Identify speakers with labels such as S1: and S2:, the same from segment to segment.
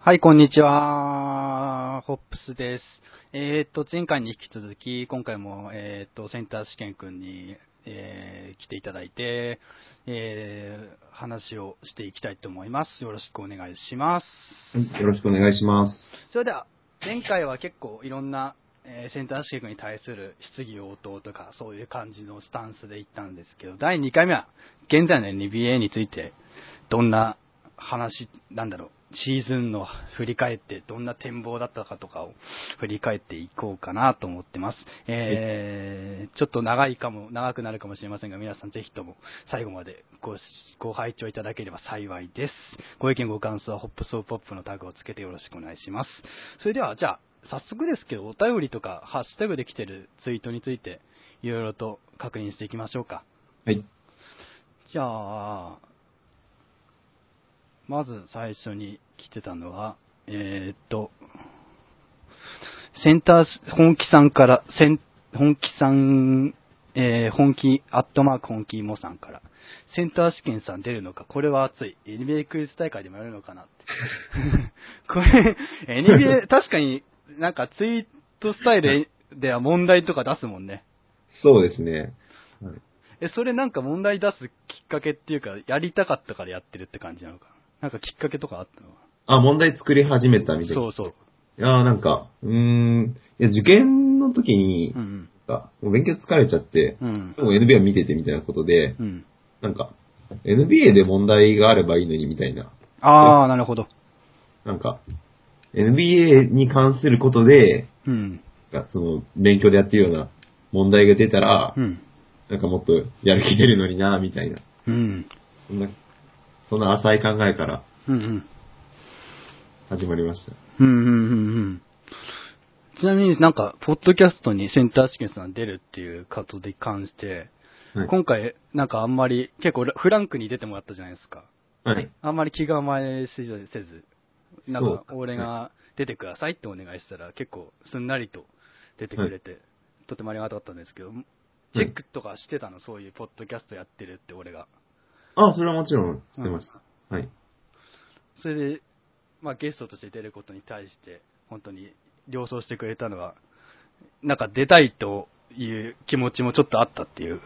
S1: はい、こんにちは。ホップスです。えっ、と、前回に引き続き、今回も、えっ、と、センター試験君に、えー来ていただいて、えー話をしていきたいと思います。よろしくお願いします。
S2: はい、よろしくお願いします。
S1: それでは、前回は結構いろんな、えーセンター試験君に対する質疑応答とか、そういう感じのスタンスで行ったんですけど、第2回目は、現在の NBA について、どんな話、なんだろう、シーズンの振り返って、どんな展望だったかとかを振り返っていこうかなと思ってます。えー、ちょっと長いかも、長くなるかもしれませんが、皆さんぜひとも最後までごしご拝聴いただければ幸いです。ご意見ご感想は、ホップソーポップのタグをつけてよろしくお願いします。それでは、じゃあ、早速ですけど、お便りとか、ハッシュタグで来てるツイートについて、いろいろと確認していきましょうか。
S2: はい。
S1: じゃあ、まず最初に来てたのは、えーっと、センターし、本気さんから、セン本気さん、えー本気、アットマーク本気もさんから、センター試験さん出るのか、これは熱い。NBA クイズ大会でもやるのかなって。 これ、NBA、確かになんかツイートスタイルでは問題とか出すもんね。
S2: そうですね。はい
S1: え、それなんか問題出すきっかけっていうか、やりたかったからやってるって感じなのかななんかきっかけとかあったの
S2: あ、問題作り始めたみたいな。
S1: そうそう。
S2: いやーなんか、うーん、いや、受験の時に
S1: う、ん
S2: なんかもう勉強疲れちゃって、
S1: うん。うん
S2: で。も NBA 見ててみたいなことで、
S1: うん。
S2: なんか、NBA で問題があればいいのにみたいな。
S1: あー、なるほど。
S2: なんか、NBA に関することで、
S1: うん。
S2: なんかその、勉強でやってるような問題が出たら
S1: う、ん。
S2: なんかもっとやる気出るのになみたいな。
S1: うん。
S2: そんな、そんな浅い考えから
S1: うん。うん。
S2: 始まりました。
S1: うん。うん。うん。ちなみになんか、ポッドキャストにセンター試験さん出るっていうことに関して、
S2: はい
S1: 今回なんかあんまり、結構フランクに出てもらったじゃないですか。
S2: はい。
S1: あんまり気構えせず、せずなんか
S2: そう
S1: 俺が出てくださいってお願いしたら、結構すんなりと出てくれて、とてもありがたかったんですけど、チェックとかしてたの、そういうポッドキャストやってるって、俺が。
S2: あ、それはもちろん知ってました。はい。
S1: それで、まあ、ゲストとして出ることに対して、本当に了承してくれたのは、なんか出たいという気持ちもちょっとあったっていう、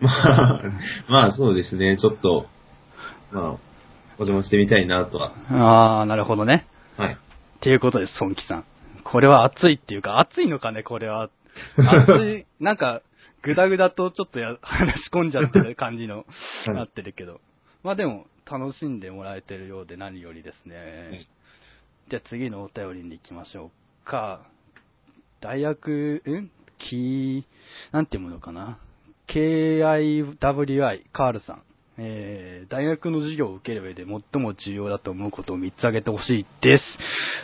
S2: まあ、まあそうですね、ちょっと、まあ、お邪魔してみたいなとは。
S1: ああ、なるほどね。
S2: はい。
S1: っていうことです、孫輝さん。これは熱いっていうか、熱いのかね、これは。熱 い、なんか、ぐだぐだとちょっとや 話し込んじゃってる感じの、
S2: はい
S1: なってるけど。まあでも、楽しんでもらえてるようで何よりですね
S2: い。
S1: じゃあ次のお便りに行きましょうか。大学、んきなんていうものかな。KIWI、カールさん。えー、大学の授業を受ける上で最も重要だと思うことを3つ挙げてほしいです。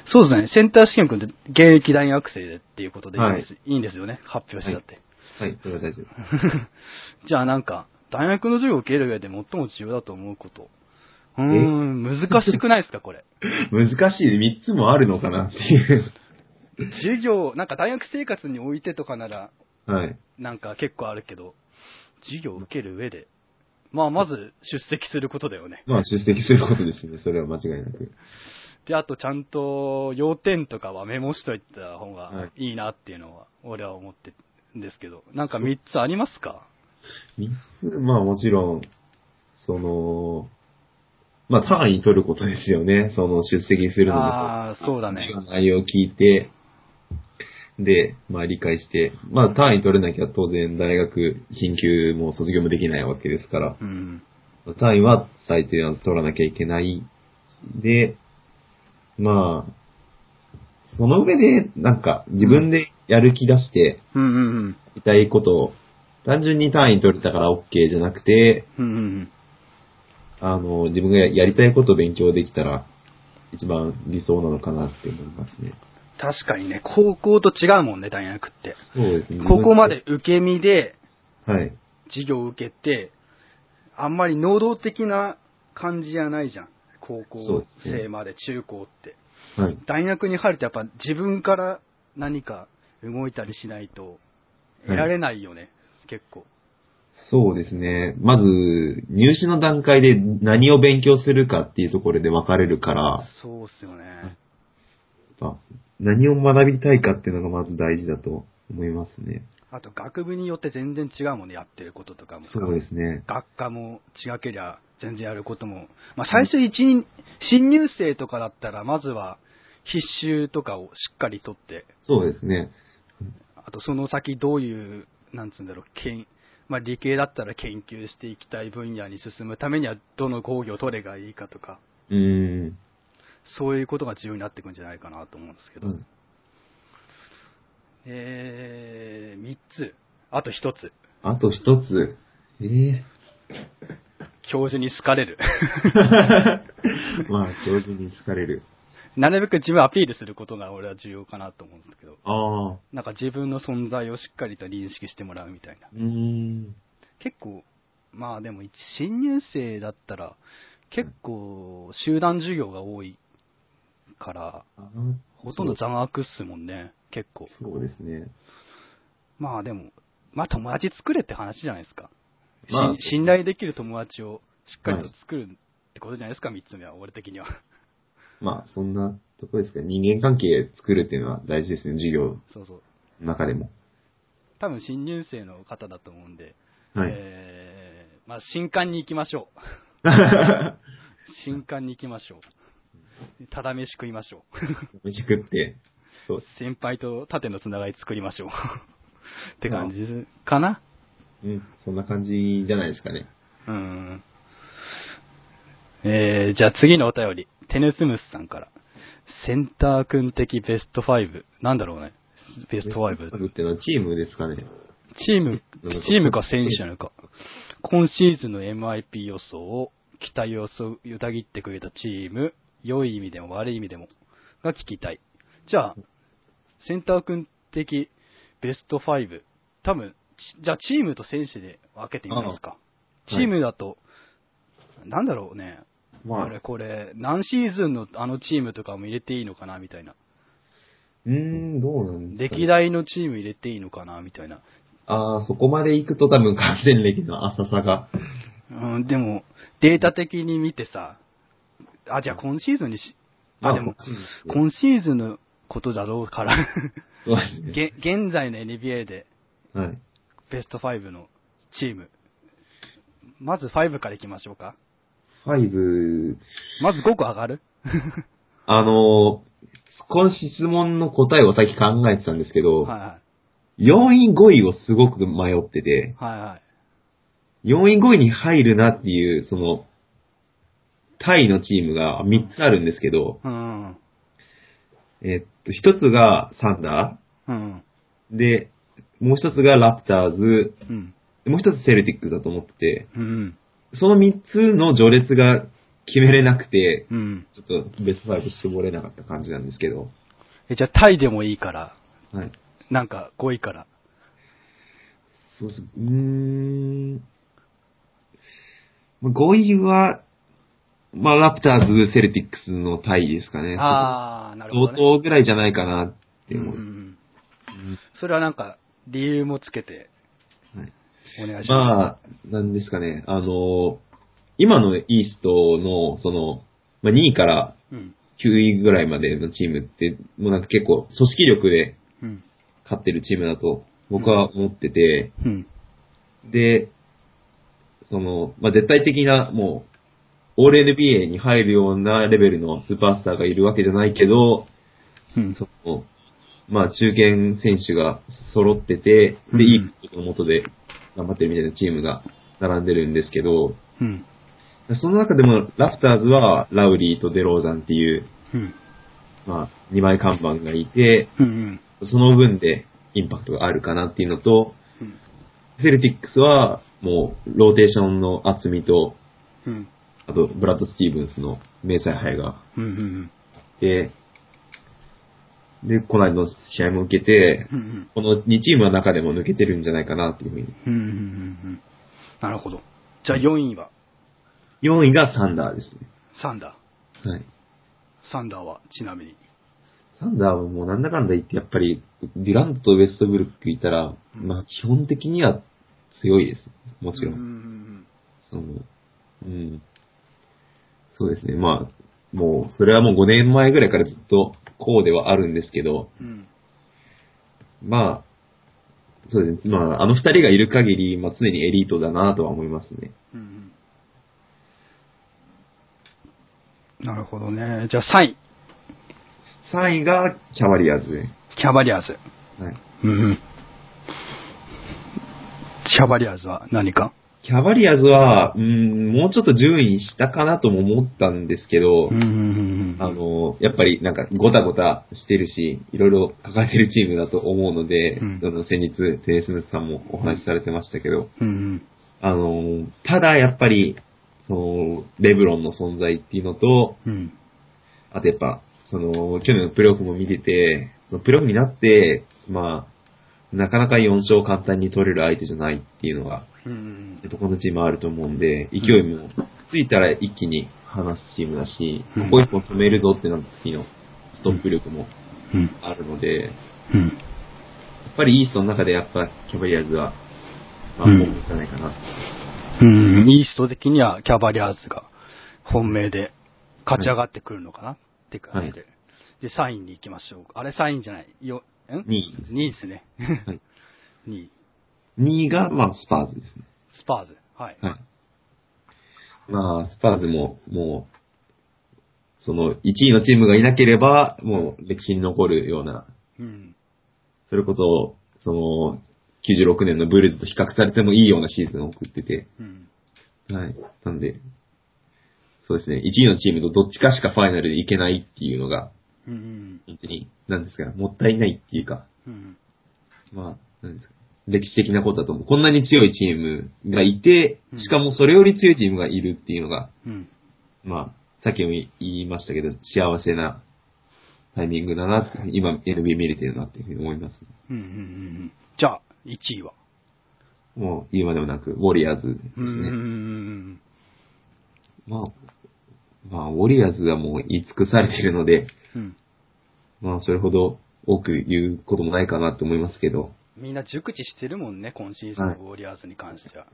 S1: そうですね。センター試験君って現役大学生でっていうことでいいんです,、い、いんですよね。発表しちゃって。
S2: はい、それは大丈夫。
S1: じゃあなんか、大学の授業を受ける上で最も重要だと思うこと。うーん、難しくないですか、これ。
S2: 難しい、3つもあるのかなっていう。
S1: 授業、なんか大学生活においてとかなら、
S2: はい。
S1: なんか結構あるけど、授業を受ける上で、まあまず出席することだよね。
S2: まあ出席することですね、それは間違いなく。
S1: で、あとちゃんと要点とかはメモしといた方
S2: は
S1: がいいなっていうのは、俺は思ってるんですけど、なんか3つありますか
S2: 3つ、まあもちろん、その、まあ単位取ることですよね、その出席するのも。
S1: ああ、そうだね
S2: 授。業の内容を聞いて、で、まあ理解して、まあ単位取れなきゃ当然大学進級も卒業もできないわけですから、
S1: うん。
S2: 単位は最低は取らなきゃいけない。で、まあ、その上で、なんか自分でやる気出して、
S1: うんうんうん。
S2: いたいことを、単純に単位取れたから OK じゃなくて、
S1: うんうんうん。
S2: あの、自分がやりたいことを勉強できたら、一番理想なのかなって思いますね。
S1: 確かにね、高校と違うもんね、大学って。
S2: そうですね。
S1: 高校まで受け身で、
S2: はい。
S1: 授業を受けて、あんまり能動的な感じじゃないじゃん。高
S2: そう
S1: 校
S2: ですね
S1: 生まで、中高って。
S2: はい。
S1: 大学に入るとやっぱ自分から何か動いたりしないと
S2: い
S1: 得られないよね、結構。
S2: そうですね。まず、入試の段階で何を勉強するかっていうところで分かれるから、やっ
S1: そうっすよね。
S2: ぱ何を学びたいかっていうのがまず大事だと思いますね。
S1: あと、学部によって全然違うもんね、やってることとかもさ
S2: そうですね。
S1: 学科も違けりゃ、全然やることも。まあ、最初一人、新入生とかだったら、まずは必修とかをしっかりとって、
S2: そうですね。
S1: あとその先どういう、なんつうんだろう、研まあ、理系だったら研究していきたい分野に進むためには、どの講義を取ればいいかとか、
S2: うーん。
S1: そういうことが重要になってくんじゃないかなと思うんですけど。
S2: うん
S1: えー、3つ。あと1つ。
S2: あと一つ。ええ
S1: 教授に好かれる。
S2: まあ、教授に好かれる。
S1: なるべく自分をアピールすることが俺は重要かなと思うんですけど。
S2: ああ。
S1: なんか自分の存在をしっかりと認識してもらうみたいな。
S2: うーん。
S1: 結構、まあでも、新入生だったら、結構、集団授業が多いから、ほとんど座学っすもんね、結構。
S2: そうそうですね。
S1: まあでも、まあ友達作れって話じゃないですか。
S2: まあ
S1: し信頼できる友達をしっかりと作るってことじゃないですか、三つ目は、俺的には。
S2: まあ、そんなとこですか。人間関係作るっていうのは大事ですね、授業
S1: そうそう。
S2: の中でも。
S1: 多分新入生の方だと思うんで、
S2: はい。
S1: えー、まあ新刊に行きましょう。 新刊に行きましょう。ただ飯食いましょう。
S2: 飯食って。そう。
S1: 先輩と縦のつながり作りましょう。って感じかな
S2: うん。そんな感じじゃないですかね。
S1: うん。えー、じゃあ次のお便り。テネスムスさんから。センター君的ベスト5。なんだろうね。ベスト5。
S2: ブってのはチームですかね。
S1: チーム、チームか選手なのか。今シーズンの MIP 予想を期待をそよたぎってくれたチーム、良い意味でも悪い意味でも、が聞きたい。じゃあ、センター君的ベスト5、多分、ちじゃあチームと選手で分けてみますか。
S2: あ
S1: チームだと、なんだろうね。
S2: まあ
S1: あれ、これ、何シーズンのあのチームとかも入れていいのかな、みたいな。
S2: うーん、どうなんですかね
S1: 歴代のチーム入れていいのかな、みたいな。
S2: ああ、そこまで行くと多分感染歴の浅さが。
S1: うん、でも、データ的に見てさ、あ、じゃあ今シーズンにし、あ、でも、
S2: こん
S1: 今シーズンのことだろう から、
S2: そうですね。
S1: げ現在の NBA で
S2: はい。
S1: ベスト5のチーム。まず5からいきましょうか。
S2: ファイブ、
S1: まず5個上がる
S2: あのー、今質問の答えをさっき考えてたんですけ ど、
S1: は
S2: 4位5位をすごく迷ってて
S1: い、はい。はいはい。
S2: 4位5位に入るなっていう、その、タイのチームが3つあるんですけど、
S1: うん。
S2: えっと、1つがサンダ
S1: うん。
S2: ー、で、もう1つがラプターズ、
S1: うん。
S2: もう1つセルティックだと思ってて、
S1: うん。
S2: その3つの序列が決めれなくて、
S1: うん。
S2: ちょっとベスト5絞れなかった感じなんですけど、
S1: え、じゃあタイでもいいから、
S2: はい。
S1: なんか5位から。
S2: そうです。うーん。まあ5位は、まあ、ラプターズ、セルティックスのタイですかね。
S1: あー、なるほ
S2: 相
S1: ど、ね。
S2: 当ぐらいじゃないかなって
S1: うん
S2: 思
S1: う
S2: う。
S1: ん
S2: うん
S1: それはなんか、理由もつけて、
S2: はい
S1: お願いします。
S2: まあ、なんですかね。あの、今のイーストの、その、まあ、2位から
S1: うん。
S2: 9位ぐらいまでのチームって、もうなんか結構組織力で
S1: うん。
S2: 勝ってるチームだと僕は思ってて、
S1: うん。
S2: で、その、まあ、絶対的な、もう、オール NBA に入るようなレベルのスーパースターがいるわけじゃないけど、
S1: うん。
S2: その、まあ、中堅選手が揃ってて、
S1: うん
S2: で、いいことのもとで頑張ってるみたいなチームが並んでるんですけど、
S1: うん。
S2: その中でもラプターズはラウリーとデローザンっていう、
S1: うん。
S2: まあ、2枚看板がいて、
S1: うん。
S2: その分でインパクトがあるかなっていうのと、
S1: うん。
S2: セルティックスはもうローテーションの厚みと、
S1: うん。
S2: あと、ブラッド・スティーブンスの名采配があ
S1: うん。
S2: って、で、この間の試合も受けて、
S1: うん。
S2: この2チームの中でも抜けてるんじゃないかなというふうに。
S1: うん。なるほど。じゃあ4位は、
S2: 4位がサンダーです
S1: サンダ
S2: ね。はい。
S1: ー。サンダーは、ちなみに。
S2: サンダーはもうなんだかんだ言って、やっぱり、デュラントとウェストブルックいたら、
S1: うん
S2: まあ基本的には強いです。もちろ。
S1: うんうんん
S2: その、うん。そうですね。まあ、もう、それはもう5年前ぐらいからずっとこうではあるんですけど、
S1: うんうん。
S2: まあ、そうですね。まあ、あの二人がいる限り、まあ常にエリートだなとは思いますね。
S1: うんうんなるほどね。じゃあ3位、
S2: 3位がキャバリアーズで。
S1: キャバリアーズ。
S2: はい。
S1: うんうん。キャバリアーズは何か
S2: キャバリアーズは、うん、もうちょっと順位下かなとも思ったんですけど、
S1: うんうんうんうん
S2: あの、やっぱりなんかごたごたしてるし、いろいろ抱えてるチームだと思うので、
S1: うん
S2: あの先日、テレスムスさんもお話しされてましたけど、
S1: うんうん。
S2: あの、ただやっぱり、その、レブロンの存在っていうのと、
S1: うん。
S2: あとやっぱ、その、去年のプレオフも見てて、そのプレオフになって、まあ、なかなか4勝を簡単に取れる相手じゃないっていうのが、
S1: うんうん
S2: やっぱこのチームあると思うんで、勢いもついたら一気に離すチームだし、
S1: うん
S2: ここ一本止めるぞってなった時のストップ力も
S1: うん。
S2: あるので、やっ
S1: うん。
S2: ぱりイーストの中でやっぱキャバリアーズは、まあ、
S1: うん
S2: 思うんじゃないかな。
S1: うんうんイースト的にはキャバリアーズが本命で勝ち上がってくるのかな、って感じで。で、3位に行きましょう。あれ3位じゃない。よん
S2: 2位。
S1: 2位ですね。
S2: はい
S1: 2位。
S2: 2位が、まあ、スパーズですね。
S1: スパーズ。はい。
S2: はい。まあ、スパーズも、もう、その、1位のチームがいなければ、もう、歴史に残るような、
S1: うん。
S2: それこそ、その、96年のブルーズと比較されてもいいようなシーズンを送ってて、
S1: うん。
S2: はい。なんで、そうですね、1位のチームとどっちかしかファイナルでいけないっていうのが、
S1: うん。
S2: 本当に、なんですか、もったいないっていうか、
S1: うん。
S2: まあ、なんですか、歴史的なことだと思う。こんなに強いチームがいて、しかもそれより強いチームがいるっていうのが、
S1: うん。
S2: まあ、さっきも言いましたけど、幸せなタイミングだなって、今 NBA 見れてるなっていうふうに思います。
S1: うん。うん。うん。じゃあ、1位は。
S2: もう言うまでもなく、ウォリアーズですね。
S1: うん。
S2: まあ、まあ、ウォリアーズはもう言い尽くされてるので、
S1: うん。
S2: まあ、それほど多く言うこともないかなと思いますけど、
S1: みんな熟知してるもんね、今シーズンの
S2: はい
S1: ウォリアーズに関しては。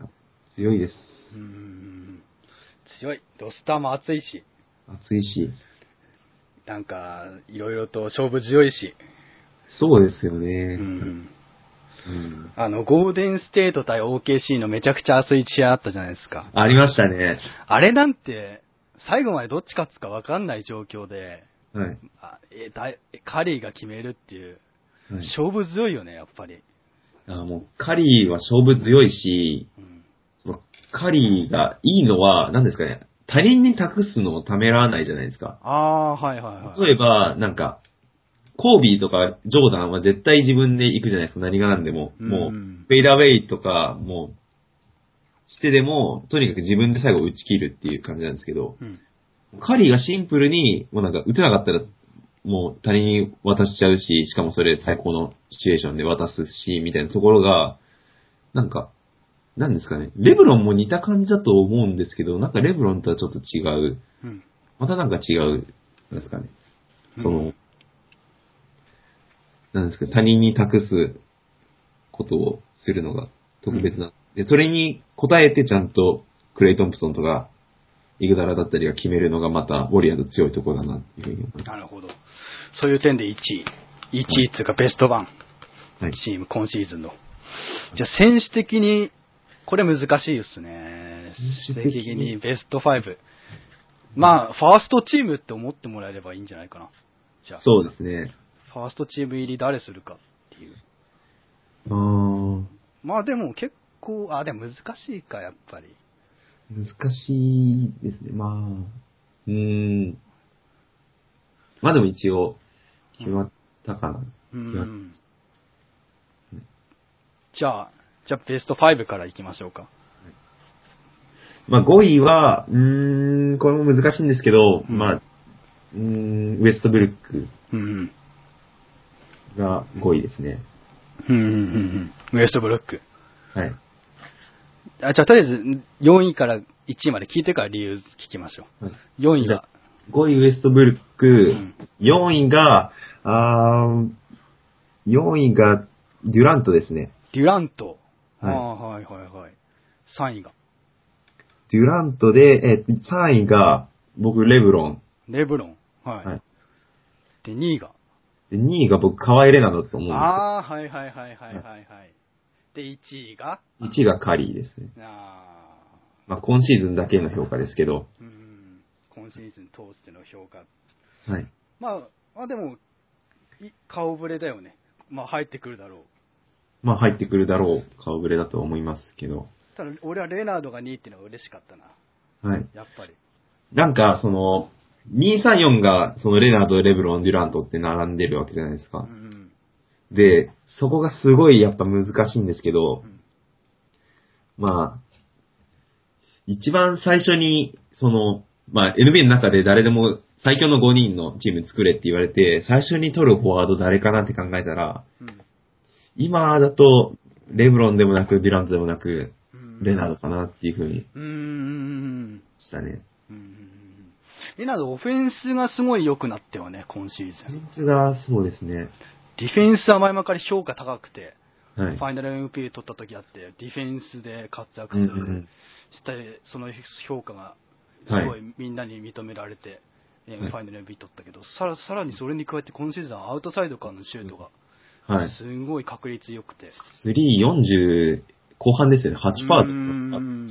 S2: 強いです。
S1: うん。強い。ロスターも熱いし。
S2: 熱いし、
S1: なんか、いろいろと勝負強いし、
S2: そうですよね。
S1: うん、
S2: うん
S1: あの、ゴールデンステート対 OKC のめちゃくちゃ熱い試合あったじゃないですか。
S2: ありましたね。
S1: あれなんて、最後までどっち勝つか分かんない状況で、
S2: はい。
S1: あえだいカリーが決めるっていう、
S2: はい、
S1: 勝負強いよね、やっぱり。
S2: あもうカリーは勝負強いし、
S1: うん、
S2: カリーがいいのは、何ですかね、他人に託すのをためらわないじゃないですか。
S1: ああー、はいはいはい。
S2: 例えば、なんか、コービーとかジョーダンは絶対自分で行くじゃないですか、何が何でも。もう、
S1: う
S2: フ
S1: ん
S2: ェイダーウェイとか、もう、してでも、とにかく自分で最後打ち切るっていう感じなんですけど、
S1: うん、
S2: カリーがシンプルに、もうなんか打てなかったら、もう他人に渡しちゃうし、しかもそれ最高のシチュエーションで渡すし、みたいなところが、なんか、なんですかね。レブロンも似た感じだと思うんですけど、なんかレブロンとはちょっと違う。
S1: うん、
S2: またなんか違う、なんですかね。その、
S1: うん
S2: なんですか、他人に託すことをするのが特別な。で、それに応えてちゃんとクレイ・トンプソンとか、イグダラだったりが決めるのがまた、ウォリアーズ強いところだな、っていうふうに思いま
S1: なるほど。そういう点で1位。1位っていうかベストワン。
S2: す。はい。
S1: チーム、今シーズンの。じゃあ、選手的に、これ難しいですね。
S2: 選
S1: 選手
S2: 手的
S1: 的
S2: に
S1: にベスト5。まあ、ファーストチームって思ってもらえればいいんじゃないかな。じゃあ、
S2: そうですね。
S1: ファーストチーム入り誰するかっていう。
S2: あー、難
S1: まあでも結構、あ、でも難しいか、やっぱり。
S2: しいですね。まあ、うーん。まあでも一応、決まったかな。
S1: うん。じゃあ、じゃあベスト5からいきましょうか。
S2: まあ5位は、うーん、これも難しいんですけど、
S1: うん
S2: まあ、うーん、ウエストブルッ
S1: うん。
S2: クが5位ですね。
S1: うんうんうんうん。ウエストブロック。
S2: はい。
S1: あじゃあ、とりあえず、4位から1位まで聞いてから理由聞きましょ
S2: はい、
S1: う。4位
S2: じゃあ
S1: が、
S2: 5位ウエストブルック
S1: ん、
S2: 4位が、あー4位がデュラントですね。
S1: デュラント。
S2: はい
S1: ああ、はいはいはい。 3位が。
S2: デュラントで、えー、3位が、僕、レブロン。
S1: レブロン。はい。
S2: はい
S1: で、2位が。
S2: で、2位が僕、河合レナだと思うんです
S1: ああ、はいはいはいはいはいはい。で、1位が、
S2: けど、1位がカリーですね。
S1: ああ、
S2: まあ、今シーズンだけの評価ですけど。
S1: うん、今シーズン通しての評価。
S2: はい。
S1: まあ、まあでも、い顔ぶれだよね。まあ入ってくるだろう。
S2: まあ、入ってくるだろう、顔ぶれだと思いますけど。
S1: ただ、俺はレナードが2位っていうのが嬉しかったな。
S2: はい。
S1: やっぱり。
S2: なんか、その、234が、その、レナード、レブロン、デュラントって並んでるわけじゃないです
S1: う
S2: か。
S1: ん。
S2: で、そこがすごいやっぱ難しいんですけ
S1: う
S2: ど、
S1: ん
S2: まあ、一番最初に、その、まあ、NBA の中で誰でも最強の5人のチーム作れって言われて、最初に取るフォワード誰かなって考えたら、
S1: うん。
S2: 今だと、レブロンでもなく、デュラントでもなく、
S1: うん
S2: レナードかなっていう風に
S1: うーん。
S2: したね。
S1: うんレナード、オフェンスがすごい良くなったよね、今シーズ
S2: ディ
S1: ン。
S2: フェンスが、そうですね。
S1: ディフェンスは前々から評価高くて、
S2: はい
S1: フ。ァイナル MVP 取った時だって、ディフェンスで活躍
S2: う
S1: する、
S2: んうん
S1: したりその評価がす
S2: はい
S1: ごいみんなに認められて、えー
S2: はい
S1: ファイナル MVP 取ったけど、さらさらにそれに加えて今シーズンアウトサイドからのシュートが
S2: うん。はい。
S1: すごい確率良くて、
S2: 3、40後半ですよね。
S1: う
S2: 8%
S1: ーん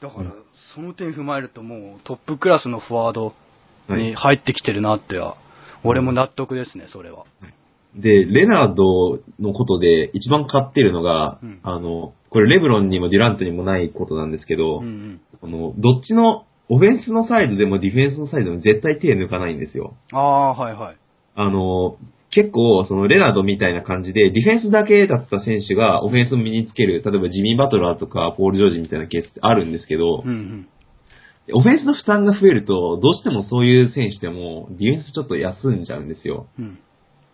S2: とか。
S1: だか
S2: う
S1: ら
S2: ん
S1: その点踏まえるともうトップクラスのフォワード
S2: はい
S1: に入ってきてるなっては、俺も納得ですね、それは。
S2: で、レナードのことで一番勝ってるのが、
S1: うん
S2: あの、これレブロンにもデュラントにもないことなんですけど、
S1: うんうん、
S2: この、どっちの、オフェンスのサイドでもディフェンスのサイドでも絶対手抜かないんですよ。
S1: ああ、はいはい。
S2: あの、結構、その、レナードみたいな感じで、ディフェンスだけだった選手がオフェンスを身につける、例えばジミー・バトラーとか、ポール・ジョージみたいなケースってあるんですけど
S1: うん、うん、
S2: オフェンスの負担が増えると、どうしてもそういう選手でも、ディフェンスちょっと休んじゃうんですよ。
S1: うん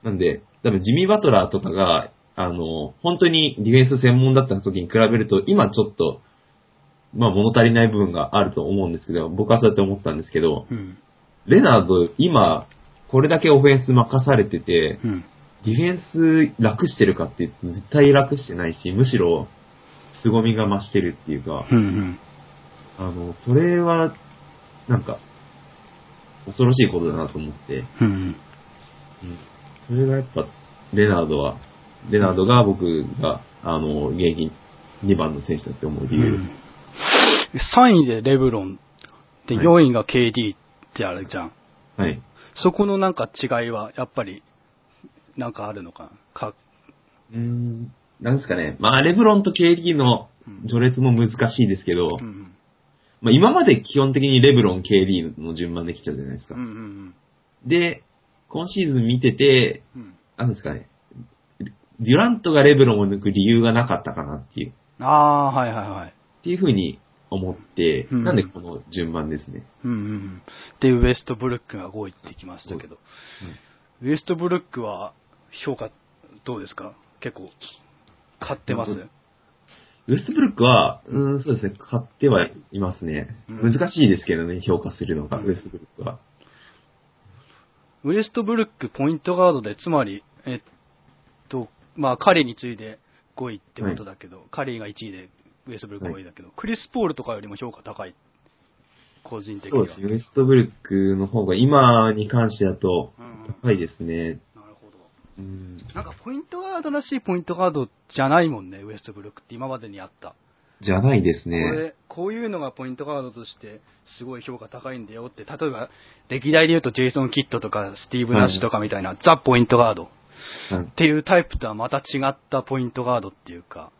S2: なんで、多分ジミー・バトラーとかが、あの、本当にディフェンス専門だった時に比べると、今ちょっと、まあ物足りない部分があると思うんですけど、僕はそうやって思ってたんですけど、
S1: うん
S2: レナード、今、これだけオフェンス任されてて、
S1: うん
S2: ディフェンス楽してるかって言うと絶対楽してないし、むしろ、凄みが増してるっていうか、
S1: うんうん
S2: あの、それは、なんか、恐ろしいことだなと思って、
S1: うん
S2: それがやっぱ、レナードは、レナードが僕が、あの、現役2番の選手だって思う
S1: う
S2: 理由
S1: ん3位でレブロン、で
S2: はい
S1: 4位が KD ってあるじゃん。
S2: はい。
S1: そこのなんか違いは、やっぱり、なんかあるのかなか、
S2: うーん、なんですかね。まあ、レブロンと KD の序列も難しいですけど、
S1: うん
S2: まあ、今まで基本的にレブロン、KD の順番で来たじゃないです
S1: う
S2: か
S1: んう。ん
S2: で、今シーズン見てて、
S1: うんうん
S2: なんですかね。デュラントがレブロンを抜く理由がなかったかなっていう、
S1: ああー、はいはいはい。
S2: っていうふうに思って、
S1: うん
S2: なんでこの順番ですね。
S1: うんうんうん、で、ウエストブルックが5位ってきましたけど、ウエストブルックは評価どうですか結構、買ってます、
S2: うんウェストブルックは、うーん、そうですね、買ってはいますね。
S1: うん
S2: 難しいですけどね、評価するのが、
S1: うん
S2: ウェストブルックは。
S1: ウエストブルックポイントガードで、つまり、えっと、まあ、カリーに次いで5位ってことだけど、カリーが1位で、ウエストブルック5位だけど、クリス・ポールとかよりも評価高い、個人的に
S2: そう
S1: は。
S2: ですね、ウェストブルックの方が今に関してだと
S1: うんうん、
S2: 高いですね。
S1: なるほど。
S2: うん、
S1: なんかポイントガードらしいポイントガードじゃないもんね、ウエストブルックって今までにあった。
S2: じゃないです
S1: こ
S2: ね。
S1: れ、こういうのがポイントガードとしてすごい評価高いんだよって、例えば歴代で言うとジェイソン・キッドとかスティーブ・ナッシュとかみたいな、ザ・ポイントガードっ
S2: うん
S1: ていうタイプとはまた違ったポイントガードっていうか、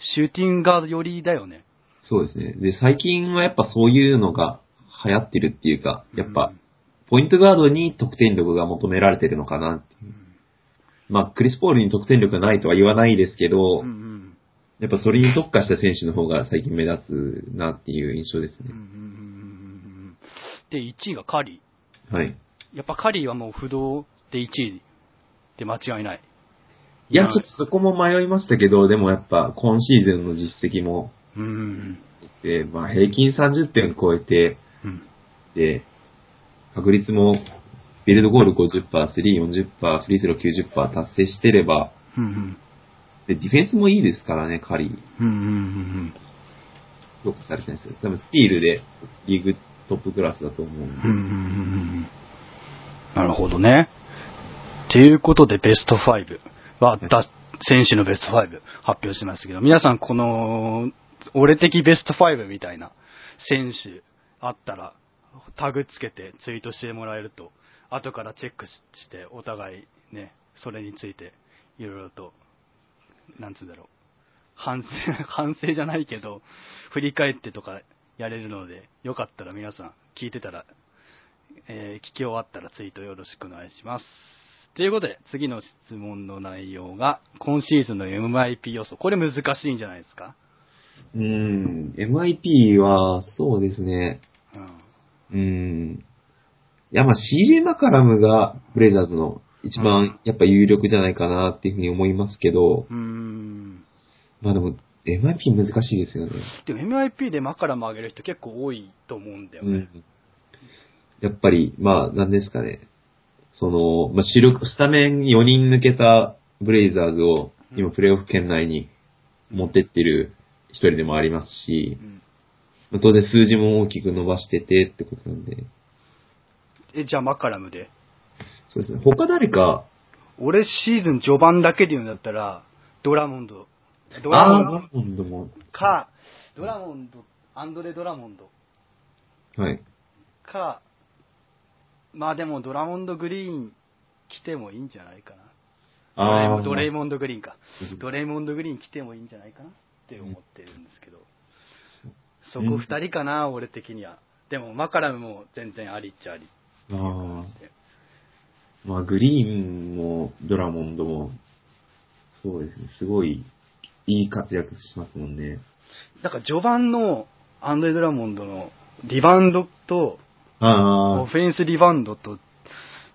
S1: シューティングガード寄りだよね。
S2: そうですね。で、最近はやっぱそういうのが流行ってるっていうか、やっ
S1: う
S2: ぱ
S1: ん、
S2: ポイントガードに得点力が求められてるのかなっていう。まあ、クリス・ポールに得点力がないとは言わないですけど、
S1: うんうん
S2: やっぱそれに特化した選手の方が最近目立つなっていう印象です
S1: うんうんうんうんう
S2: ね。
S1: んで、1位がカリ
S2: はい。
S1: ー。やっぱカリーはもう不動で1位で間違いない。
S2: いや、
S1: まあ
S2: ちょっとそこも迷いましたけど、でもやっぱ今シーズンの実績も、
S1: うんうん
S2: で、まあ平均30点超えて、
S1: うんうん
S2: で、確率もビルドゴール50%、スリー40%、フリースロー90%達成してれば、
S1: うんうん
S2: で、ディフェンスもいいですからね、カリー。
S1: うんうんうん
S2: 評価されてないですよ。多分スティールでリーグトップクラスだと思う
S1: う
S2: ん
S1: ん。う
S2: で。
S1: んうんうんうん。なるほどね。ということで、ベスト5は、だ選手のベスト5発表しましたけど、皆さんこの、俺的ベスト5みたいな選手あったら、タグつけてツイートしてもらえると、後からチェックしして、お互いね、それについて、いろいろと、なんつうんだろう、反省、 反省じゃないけど、振り返ってとかやれるので、よかったら皆さん、聞いてたら、えー聞き終わったらツイートよろしくお願いします。ということで、次の質問の内容が、今シーズンの MIP 予想。これ難しいんじゃないですか
S2: うん、MIP は、そうですね。
S1: うん。
S2: うん。いや、まあ CJ マカラムがブレイザーズの一番やっぱ有力じゃないかなっていうふうに思いますけど、
S1: うーん。
S2: まあでも MIP 難しいですよね。
S1: でも MIP でマカラム上げる人結構多いと思うんだよ
S2: う
S1: ね。
S2: ん。やっぱり、まあ、なんですかね。その、まあ、主力、スタメン4人抜けたブレイザーズを今プレイオフ圏内に持ってってる一人でもありますし
S1: う、ん
S2: まあ当然数字も大きく伸ばしててってことなんで、
S1: え、じゃあマカラムで。
S2: そうですね。他誰か、
S1: 俺シーズン序盤だけで言うんだったら、ドラモンド。ドラ
S2: あ
S1: モンド
S2: ーラモンドも、
S1: か、ドラモンド、アンドレ・ドラモンド
S2: はい。
S1: か、まあでもドラモンド・グリーン来てもいいんじゃないかな。ドレイモ
S2: ー
S1: ドレイモンド・グリーンか
S2: うん。
S1: ドレイモンド・グリーン来てもいいんじゃないかなって思ってるんですけど。そこ二人かな、俺的には。でも、マカラムも全然ありっちゃありっていう感じで。
S2: まあ、グリーンもドラモンドも、そうですね。すごい、いい活躍しますもんね。
S1: だから序盤のアンドレ・ドラモンドのリバウンドと、
S2: あ
S1: オフェンスリバウンドと、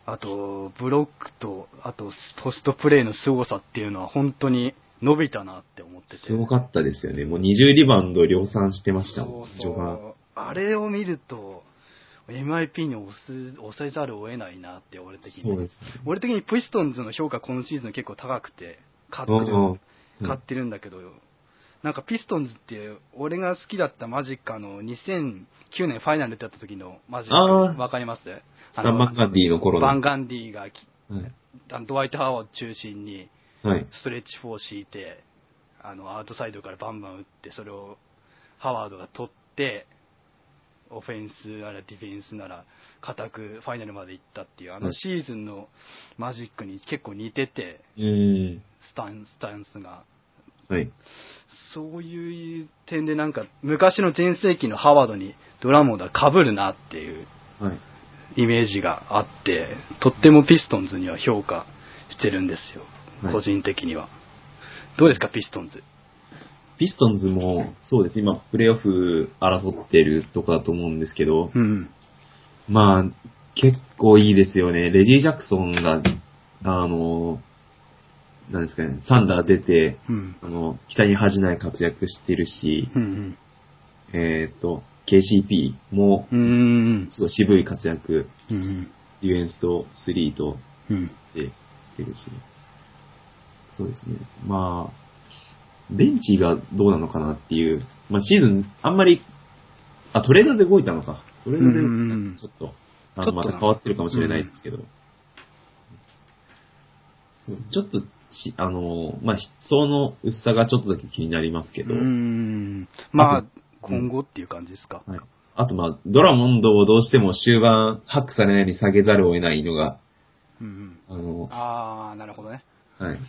S1: あと、ブロックと、あと、ポストプレーの凄さっていうのは本当に伸びたなって思ってて。
S2: すごかったですよね。もう20リバウンド量産してましたもん、
S1: そう
S2: 序盤。
S1: そう。あれを見ると、MIP に押す、押せざるを得ないなって、俺的に。
S2: そうですね。
S1: 俺的にピストンズの評価今シーズン結構高くて、勝ってる、
S2: うん
S1: 勝ってるんだけど、なんかピストンズって、俺が好きだったマジックあの、2009年ファイナル出た時のマジッ
S2: あー
S1: ク、わかります
S2: ス
S1: あ
S2: タン・マッカーディの頃の。
S1: バ
S2: は
S1: ンガンディがき、あのドワイト・ハワード中心に、
S2: い。はい。
S1: ストレッチ4を敷いて、あの、アウトサイドからバンバン打って、それをハワードが取って、オフェンスならディフェンスなら、固くファイナルまで行ったっていう、あ
S2: う
S1: の
S2: ん
S1: シーズンのマジックに結構似てて、
S2: うーん。
S1: スタンスタンスが。
S2: はい。
S1: そういう点でなんか、昔の全盛期のハワードにドラモンドは被るなっていう
S2: はい。
S1: イメージがあって、とってもピストンズには評価してるんですよ、
S2: はい
S1: 個人的には。どうですか、ピストンズ。
S2: ピストンズも、そうです。今、プレイオフ争ってるとかだと思うんですけど、
S1: うん。
S2: まあ、結構いいですよね。レジー・ジャクソンが、あの、なんですかね、サンダー出て、
S1: うん。
S2: あの、北に恥じない活躍してるし、
S1: うん。
S2: えっ、と、KCP も
S1: う、ん。
S2: すごい渋い活躍、
S1: うん。
S2: ディフェンスとスリーと
S1: うん。
S2: でしてるし、そうですね。まあ、ベンチがどうなのかなっていう、まあシーズン、あんまり、あ、トレードで動いたのか。トレードで
S1: うんうんうん
S2: ちょっと、あ
S1: ちょ
S2: の
S1: っとな
S2: また変わってるかもしれないですけど、そうちょっとし、あの、まあ、その薄さがちょっとだけ気になりますけど、
S1: うん。ま
S2: あ
S1: あ
S2: と、
S1: 今後っていう感じですか。
S2: はい。あと、まあ、ドラモンドをどうしても終盤、ハックされないように下げざるを得ないのが、
S1: うんうん。
S2: あの、
S1: ああ、なるほどね。
S2: はい。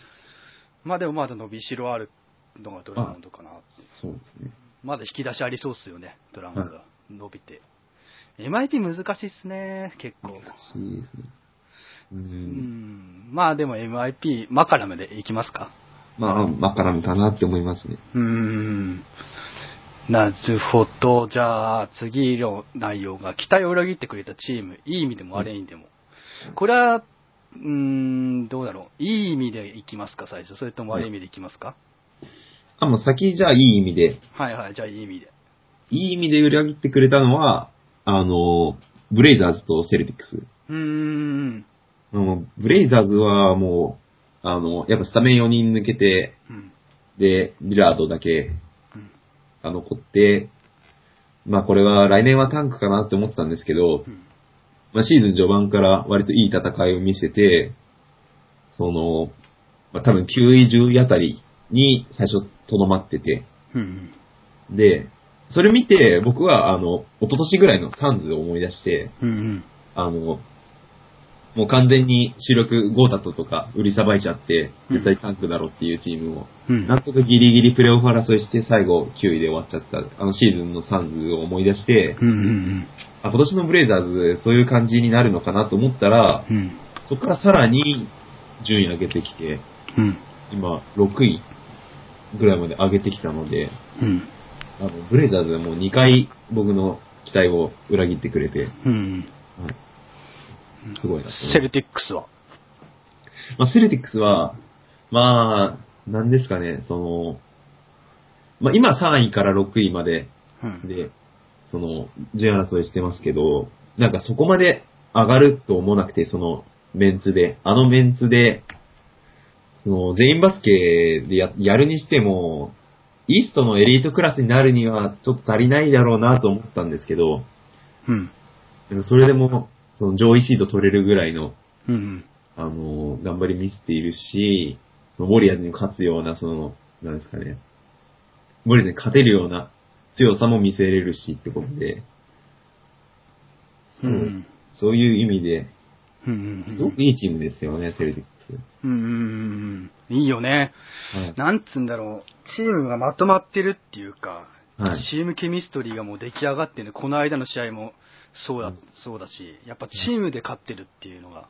S1: まあでもまだ伸びしろあるのがドラモンドかなって。
S2: そうですね。
S1: まだ引き出しありそうっすよね、ドラモンドは。伸びて。MIT 難しいっすね、結構。
S2: そうですね。う。
S1: うんん。まあでも MIP、マカラムでいきますか。
S2: まあ、マカラムかなって思いますね。
S1: うーん。なるほど。じゃあ、次の内容が、期待を裏切ってくれたチーム、いい意味でも悪い意味でも。これは、うーん、どうだろう。いい意味でいきますか、最初。それとも悪い意味でいきますか、
S2: あ、もう先じゃあいい意味で、
S1: はいはい、じゃあいい意味で。
S2: いい意味で裏切ってくれたのは、あの、ブレイザーズとセルティックス。
S1: うーん。
S2: あのブレイザーズはもう、あの、やっぱスタメン4人抜けて、
S1: うん。
S2: で、リラードだけ
S1: うん
S2: が残って、まあこれは来年はタンクかなって思ってたんですけど
S1: う、ん
S2: まあシーズン序盤から割といい戦いを見せて、その、まあ多分9位10位あたりに最初とどまってて、
S1: うん
S2: で、それ見て僕はあの、一昨年ぐらいのサンズを思い出して、
S1: うんうん
S2: あの、もう完全に主力ゴータトとか売りさばいちゃって、絶対タンクだろっていうチームを、
S1: うん
S2: なんとかギリギリプレーオフ争いして最後9位で終わっちゃった、あのシーズンのサンズを思い出して、
S1: うんうん
S2: あ今年のブレイザーズそういう感じになるのかなと思ったら、
S1: うんうん
S2: そこからさらに順位上げてきて、
S1: うん
S2: 今6位ぐらいまで上げてきたので、
S1: うん
S2: あのブレイザーズはもう2回僕の期待を裏切ってくれて、
S1: うん
S2: はいすごいなと思いました
S1: セルティックスは
S2: まあ、セルティックスは、まあ、なんですかね、その、まあ、今3位から6位まで
S1: うん
S2: で、その、順位争いしてますけど、なんかそこまで上がると思わなくて、その、メンツで、あのメンツで、その、全員バスケでややるにしても、イーストのエリートクラスになるにはちょっと足りないだろうなと思ったんですけど、
S1: うん
S2: でもそれでも、その上位シード取れるぐらいの
S1: うん
S2: あの、頑張り見せているし、そのウォリアーズに勝つような、その、なんですかね、ウォリアーズに勝てるような強さも見せれるしってことで、
S1: う
S2: そう、
S1: ん
S2: そういう意味で、
S1: うんうんうん
S2: すごくいいチームですよね、セルティック
S1: うんうんうんうんいいよね
S2: ス。はい。
S1: なんつうんだろうチームがまとまってるっていうか
S2: はい。
S1: チームケミストリーがもう出来上がってるねこの間の試合もそうだ,、そうだし、やっぱチームで勝ってるっていうのが、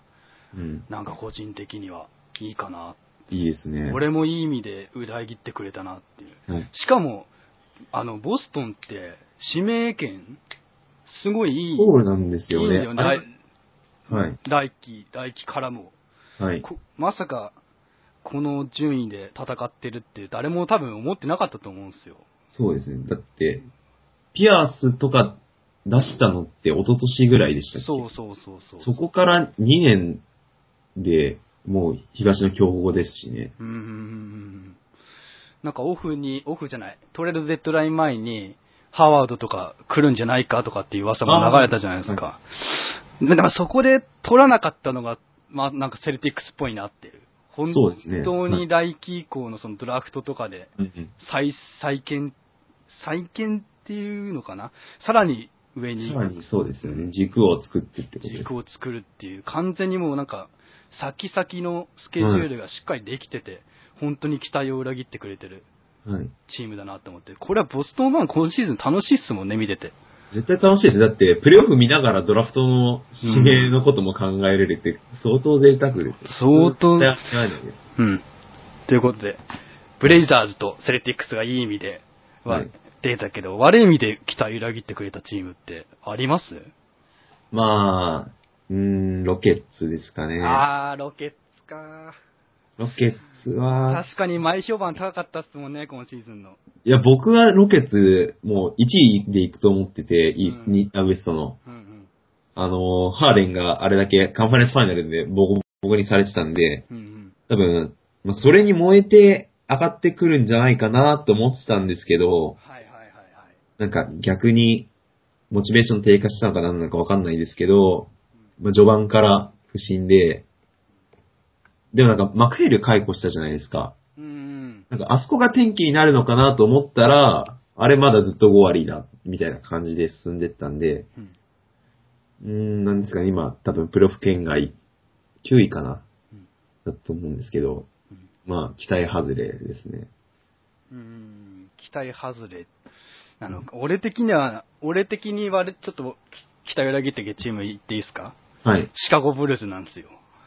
S2: うん。
S1: なんか個人的にはいいかな、
S2: いいですね。
S1: 俺もいい意味で裏切ってくれたなっていう、
S2: はい。
S1: しかも、あのボストンって指名権、すごいいい、
S2: そうなんで
S1: い
S2: す
S1: い
S2: よ
S1: ん
S2: ね。
S1: だよね、
S2: あれ
S1: 来
S2: はい。
S1: 来季来季からも、
S2: はい。
S1: こまさかこの順位で戦ってるって、誰も多分思ってなかったと思うんですよ。
S2: そうですね。だって、ピアスとか出したのって一昨年ぐらいでしたっけ
S1: そうそうそうそう。
S2: そこから2年で、もう東の強豪ですしね。
S1: うーん。なんかオフに、オフじゃない、トレードデッドライン前に、ハワードとか来るんじゃないかとかっていう噂も流れたじゃないですか。だからそこで取らなかったのが、まあなんかセルティックスっぽいなっていう。本
S2: そうですね
S1: 当に来季以降のそのドラフトとかで再、再建、再建っていうのかなさらに上に
S2: さらにそうですよね。軸を作ってってことです。
S1: 軸を作るっていう、完全にもうなんか、先々のスケジュールがしっかりできてて、本当に期待を裏切ってくれてる
S2: はい。
S1: チームだなと思って、これはボストンファン、今シーズン楽しいっすもんね、見てて。
S2: 絶対楽しいです。だって、プレイオフ見ながらドラフトの指名のことも考えれるって、相当贅沢です。
S1: 相当
S2: 絶対合わないで
S1: うん。ということで、ブレイザーズとセレティックスがいい意味で、は
S2: はい
S1: 出たけど、悪い意味で期待を裏切ってくれたチームってあります、
S2: まあ、うーん、ロケッツですかね。
S1: あー、ロケッツか
S2: ロケッツは、
S1: 確かに前評判高かったっすもんね、今シーズンの。
S2: いや、僕はロケッツ、もう1位で行くと思ってて、い
S1: うん
S2: ニウエストの。
S1: うんうん。
S2: あの、ハーデンがあれだけカンファレンスファイナルでボコボコにされてたんで、
S1: うんうん。
S2: 多分、まあ、それに燃えて上がってくるんじゃないかなと思ってたんですけど、
S1: はいはいはいはい。
S2: なんか逆にモチベーション低下したのか何なのかわかんないですけど、まあ、序盤から不振で、でもなんかマクヘル解雇したじゃないですか。
S1: うんうん。
S2: なんかあそこが転機になるのかなと思ったら、あれまだずっと5割だ、みたいな感じで進んでったんで、
S1: うん
S2: うーん、なんですかね、今多分プロフ圏外9位かな
S1: うん、
S2: だと思うんですけど
S1: うん、
S2: まあ期待外れですね。
S1: うーん期待外れなのか、俺的には、俺的にはちょっとき期待裏切ってけチーム言っていいですか
S2: はい。
S1: シカゴブルーズなんですよ。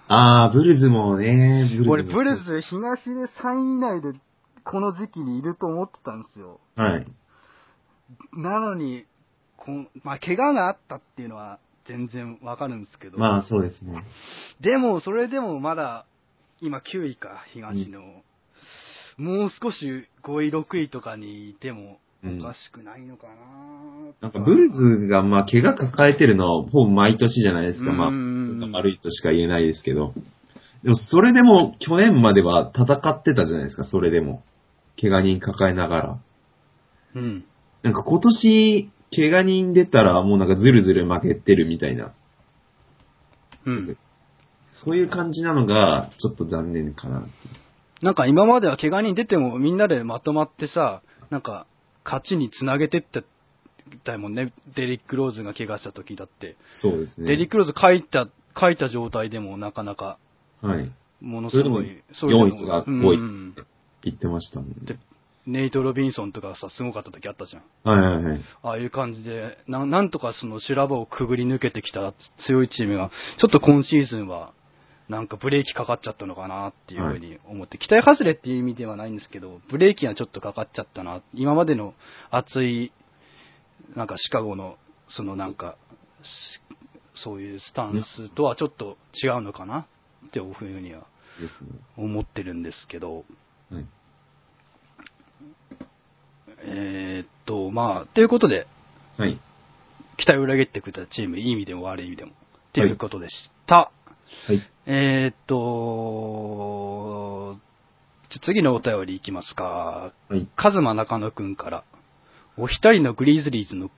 S2: あー、ブルズもね、ブルズも。
S1: 俺、ブルーズ東で3位以内でこの時期にいると思ってたんですよ。
S2: はい。
S1: なのに、こんまあ、怪我があったっていうのは全然わかるんですけど、
S2: まあ、そうですね。
S1: でも、それでもまだ、今9位か、東の。もう少し5位、6位とかにいてもおかしくないのかな、
S2: なんか、ブルズが、まあ、怪我抱えてるのは、ほぼ毎年じゃないですか。
S1: うん
S2: まあ、なんか悪いとしか言えないですけど。でも、それでも、去年までは戦ってたじゃないですか、それでも。怪我人抱えながら。
S1: うん。
S2: なんか今年、怪我人出たらもうなんかずるずる負けてるみたいな、
S1: うん。
S2: そういう感じなのが、ちょっと残念かな。
S1: なんか今までは怪我人出てもみんなでまとまってさ、なんか勝ちにつなげてってたよもんね。デリック・ローズが怪我した時だって。
S2: そうですね。
S1: デリック・ローズ書いた、書いた状態でもなかなか
S2: はい。
S1: ものすごい、
S2: それでも
S1: ういうの
S2: 4位とか5位
S1: うん
S2: 言ってましたもん
S1: で
S2: ね。
S1: ネイト・ロビンソンとかさ、すごかった時あったじゃん。
S2: はいはいはい。
S1: ああいう感じで、ななんとかその修羅場をくぐり抜けてきた強いチームが、ちょっと今シーズンは、なんかブレーキかかっちゃったのかなっていうふうに思って、期待外れっていう意味ではないんですけど、ブレーキがちょっとかかっちゃったな、今までの熱い、なんかシカゴの、そのなんか、しそういうスタンスとはちょっと違うのかなっていうふうには
S2: ですね。
S1: 思ってるんですけど、
S2: はい。
S1: えーっと、まあ、ということで、
S2: はい。
S1: 期待を裏切ってくれたチーム、いい意味でも悪い意味でも。ということでした。
S2: はい。
S1: えーっと、じゃ次のお便りいきますか。
S2: はい。
S1: カズマ中野くんから。お一人のグリズリーズの、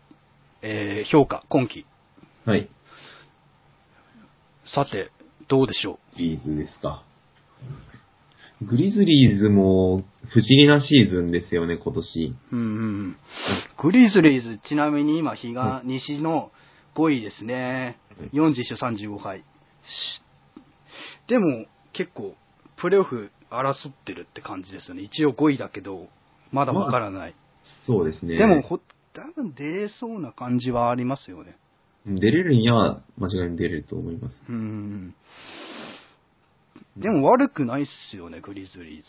S1: えー評価、今季。
S2: はい。
S1: さて、どうでしょ
S2: グリーズですか。グリズリーズも不思議なシーズンですよね、今年。
S1: う。うんうんうん。グリズリーズ、ちなみに今、日が西の5位ですね。41勝35敗。しでも、結構、プレーオフ争ってるって感じですよね。一応5位だけど、まだわからない。
S2: そうですね。
S1: でも、ほ、多分出れそうな感じはありますよね。
S2: 出れるには間違いに出れると思います。
S1: うん。でも悪くないっすよね、グリズリーズ。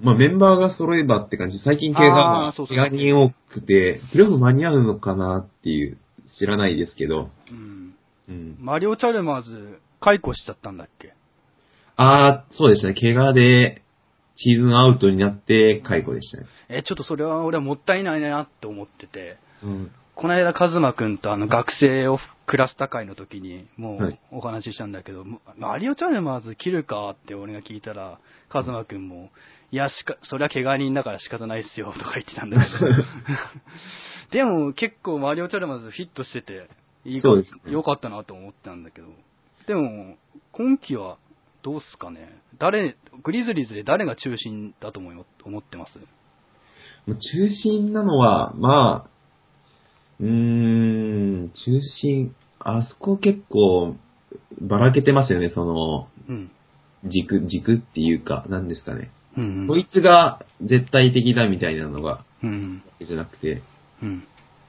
S2: まあメンバーが揃えばって感じ、最近怪
S1: あ
S2: 我
S1: ーそうそ
S2: が、
S1: う
S2: 怪我人多くて、プレーオフ間に合うのかなっていう、知らないですけど。
S1: うん。
S2: うん。
S1: マリオ・チャルマーズ、解雇しちゃったんだっけ
S2: あー、そうでしたね。怪我で、シーズンアウトになって、解雇でしたね。
S1: え、ちょっとそれは俺はもったいないなって思ってて。
S2: うん。
S1: この間、カズマくんとあの学生をクラスタ会の時にも
S2: は
S1: う
S2: い
S1: お話ししたんだけど、もうマリオチャルマーズ切るかって俺が聞いたら、カズマくんも、いや、しか、それは怪我人だから仕方ないっすよとか言ってたんだけど。 でも結構マリオチャルマーズフィットしてて、いいか
S2: そうですね
S1: 良かったなと思ったんだけど。でも、今季はどうっすかね誰、グリズリーズで誰が中心だと思い思ってます
S2: もう中心なのは、まあ、うーん、中心、あそこ結構、ばらけてますよね、その、
S1: うん。
S2: 軸、軸っていうか、なんですかね。
S1: うん、う
S2: こ
S1: ん
S2: い。つが絶対的だみたいなのが、
S1: うん。
S2: じゃなくて。
S1: うん。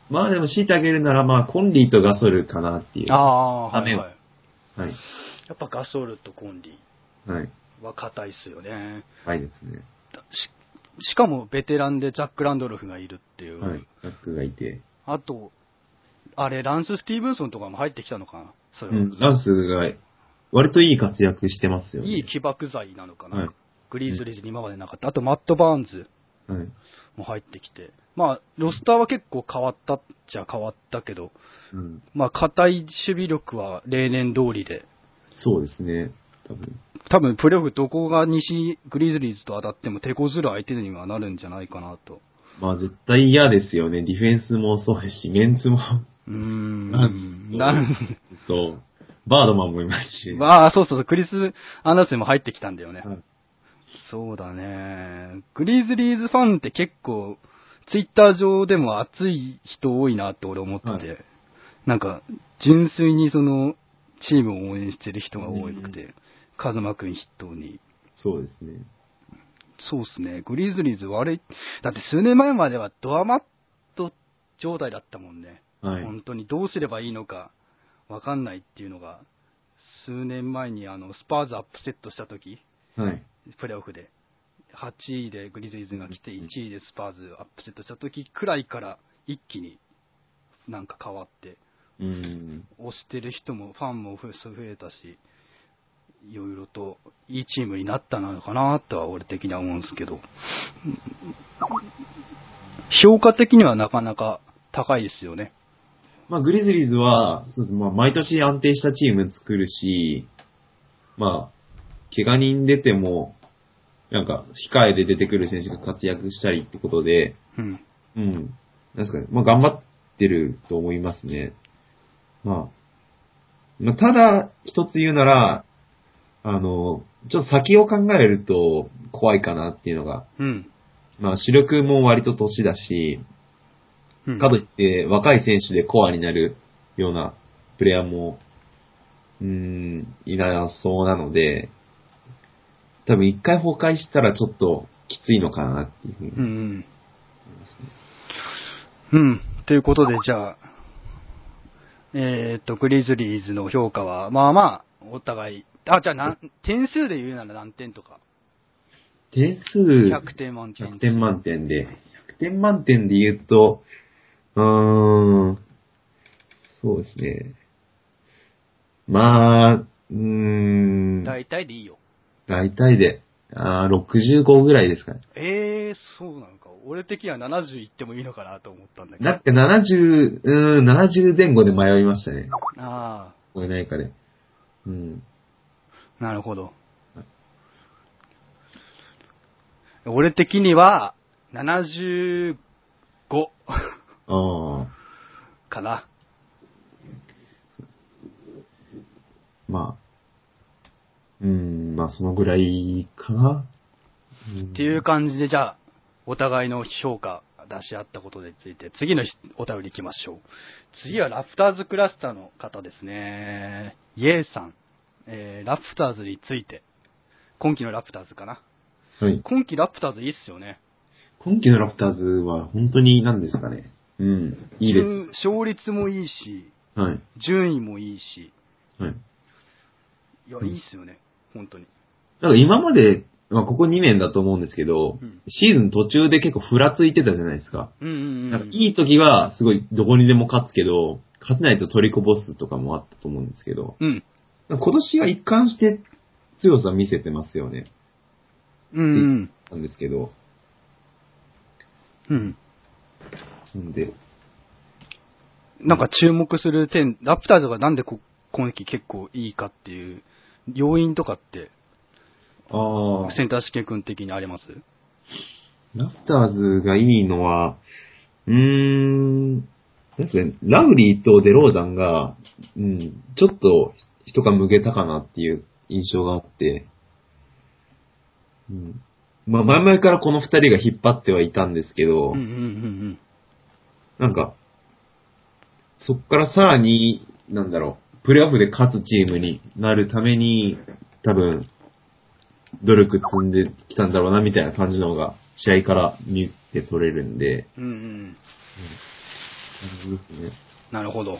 S2: まあでも強いてあげるなら、まあコンリーとガソルかなっていう。
S1: ああ、はい、
S2: 雨を
S1: はい。
S2: はい。
S1: やっぱガソルとコンリ
S2: はい。
S1: は硬いっすよね。
S2: はいですね。
S1: だししかもベテランでジャック・ランドルフがいるっていう。
S2: はい。ジャックがいて。
S1: あと、あれ、ランス・スティーブンソンとかも入ってきたのかなそうれは、
S2: ん。ランスが、割といい活躍してますよね。
S1: いい起爆剤なのかな、
S2: はい
S1: グリーズリーズに今までなかった。あと、マット・バーンズ
S2: はい。
S1: も入ってきて。まあ、ロスターは結構変わったっちゃ変わったけど、
S2: うん。
S1: まあ、硬い守備力は例年通りで、
S2: そうですね。多分。
S1: 多分プレーオフどこが西グリズリーズと当たっても手こずる相手にはなるんじゃないかなと。
S2: まあ絶対嫌ですよね。ディフェンスもそうですし、メンツも、
S1: うーん。
S2: ランスと
S1: なる
S2: と、バードマンもいますし。
S1: まあ、そうそうそう、クリス・アンダーセンも入ってきたんだよね。
S2: はい
S1: そうだね。グリズリーズファンって結構、ツイッター上でも熱い人多いなって俺思ってて、
S2: はい
S1: なんか、純粋にその、チームを応援してる人が多くて、カズマくん筆頭に。
S2: そうですね。
S1: そうっすね。グリズリーズ悪い。だって数年前まではドアマット状態だったもんね。
S2: はい。
S1: 本当にどうすればいいのか分かんないっていうのが、数年前にあのスパーズアップセットした時
S2: はい。
S1: プレーオフで、8位でグリズリーズが来て、
S2: うん
S1: 1位でスパーズアップセットした時くらいから、一気になんか変わって、
S2: うん。
S1: 推してる人もファンも増え増えたし、いろいろといいチームになったのかなとは俺的には思うんですけど、評価的にはなかなか高いですよね。
S2: まあ、グリズリーズは、そうですまあ、毎年安定したチーム作るし、まあ、怪我人出ても、なんか、控えで出てくる選手が活躍したりってことで、
S1: うん。
S2: うん。なんですかね。まあ、頑張ってると思いますね。まあ。まあ、ただ、一つ言うなら、あの、ちょっと先を考えると怖いかなっていうのが、
S1: うん。
S2: まあ、主力も割と年だし、
S1: うん。
S2: かといって若い選手でコアになるようなプレイヤーも、うーん、いなそうなので、多分一回崩壊したらちょっときついのかなっていうふうに
S1: うんうん。うん。ということで、じゃあ、えーっと、グリズリーズの評価は、まあまあ、お互い、あ、じゃあなん、点数で言うなら何点とか。
S2: 点数、
S1: 100点満点。
S2: 100点満点で、100点満点で言うと、うーん、そうですね。まあ、うーん、
S1: 大体でいいよ。
S2: 大体で、あー65ぐらいですかね。
S1: えー、そうなのか。俺的には70いってもいいのかなと思ったんだけど。
S2: だって70、うーん、70前後で迷いましたね。
S1: あ
S2: これないかで。うん。
S1: あ、なるほど。俺的には、75
S2: ああ、
S1: かな。
S2: まあ。うーん、まあそのぐらいかな。うん
S1: っていう感じで、じゃあ、お互いの評価出し合ったことについて、次のひお便り行きましょう。次はラフターズクラスターの方ですね。イエイさん。えー、ラプターズについて。今期のラプターズかな。
S2: はい。
S1: 今期ラプターズいいっすよね。
S2: 今季のラプターズは本当に何ですかね。うん、いいです。
S1: 順勝率もいいし、
S2: はい。
S1: 順位もいいし、
S2: はい。
S1: いや、
S2: うん
S1: いいっすよね。本当に。
S2: なんか今まで、まあここ2年だと思うんですけど、
S1: うん
S2: シーズン途中で結構ふらついてたじゃないですか。
S1: うんうんう
S2: なん
S1: ん。
S2: かいい時はすごいどこにでも勝つけど、勝てないと取りこぼすとかもあったと思うんですけど、
S1: うん。
S2: 今年は一貫して強さ見せてますよね。
S1: うんうん。
S2: なんですけど。
S1: うん。
S2: なんで、
S1: なんか注目する点、ラプターズがなんでこ今季結構いいかっていう、要因とかって、
S2: ああ、
S1: センター試験君的にあります
S2: ラフターズがいいのは、うーん、なんですかね、ラウリーとデローザンが、うん、ちょっと人が向けたかなっていう印象があって、うん。まあ、前々からこの二人が引っ張ってはいたんですけど、
S1: うんうんうん
S2: なんか、そっからさらに、なんだろう、プレーオフで勝つチームになるために、多分、努力積んできたんだろうな、みたいな感じの方が、試合から見て取れるんで、
S1: うん。うんうん。
S2: いいですね
S1: なるほど。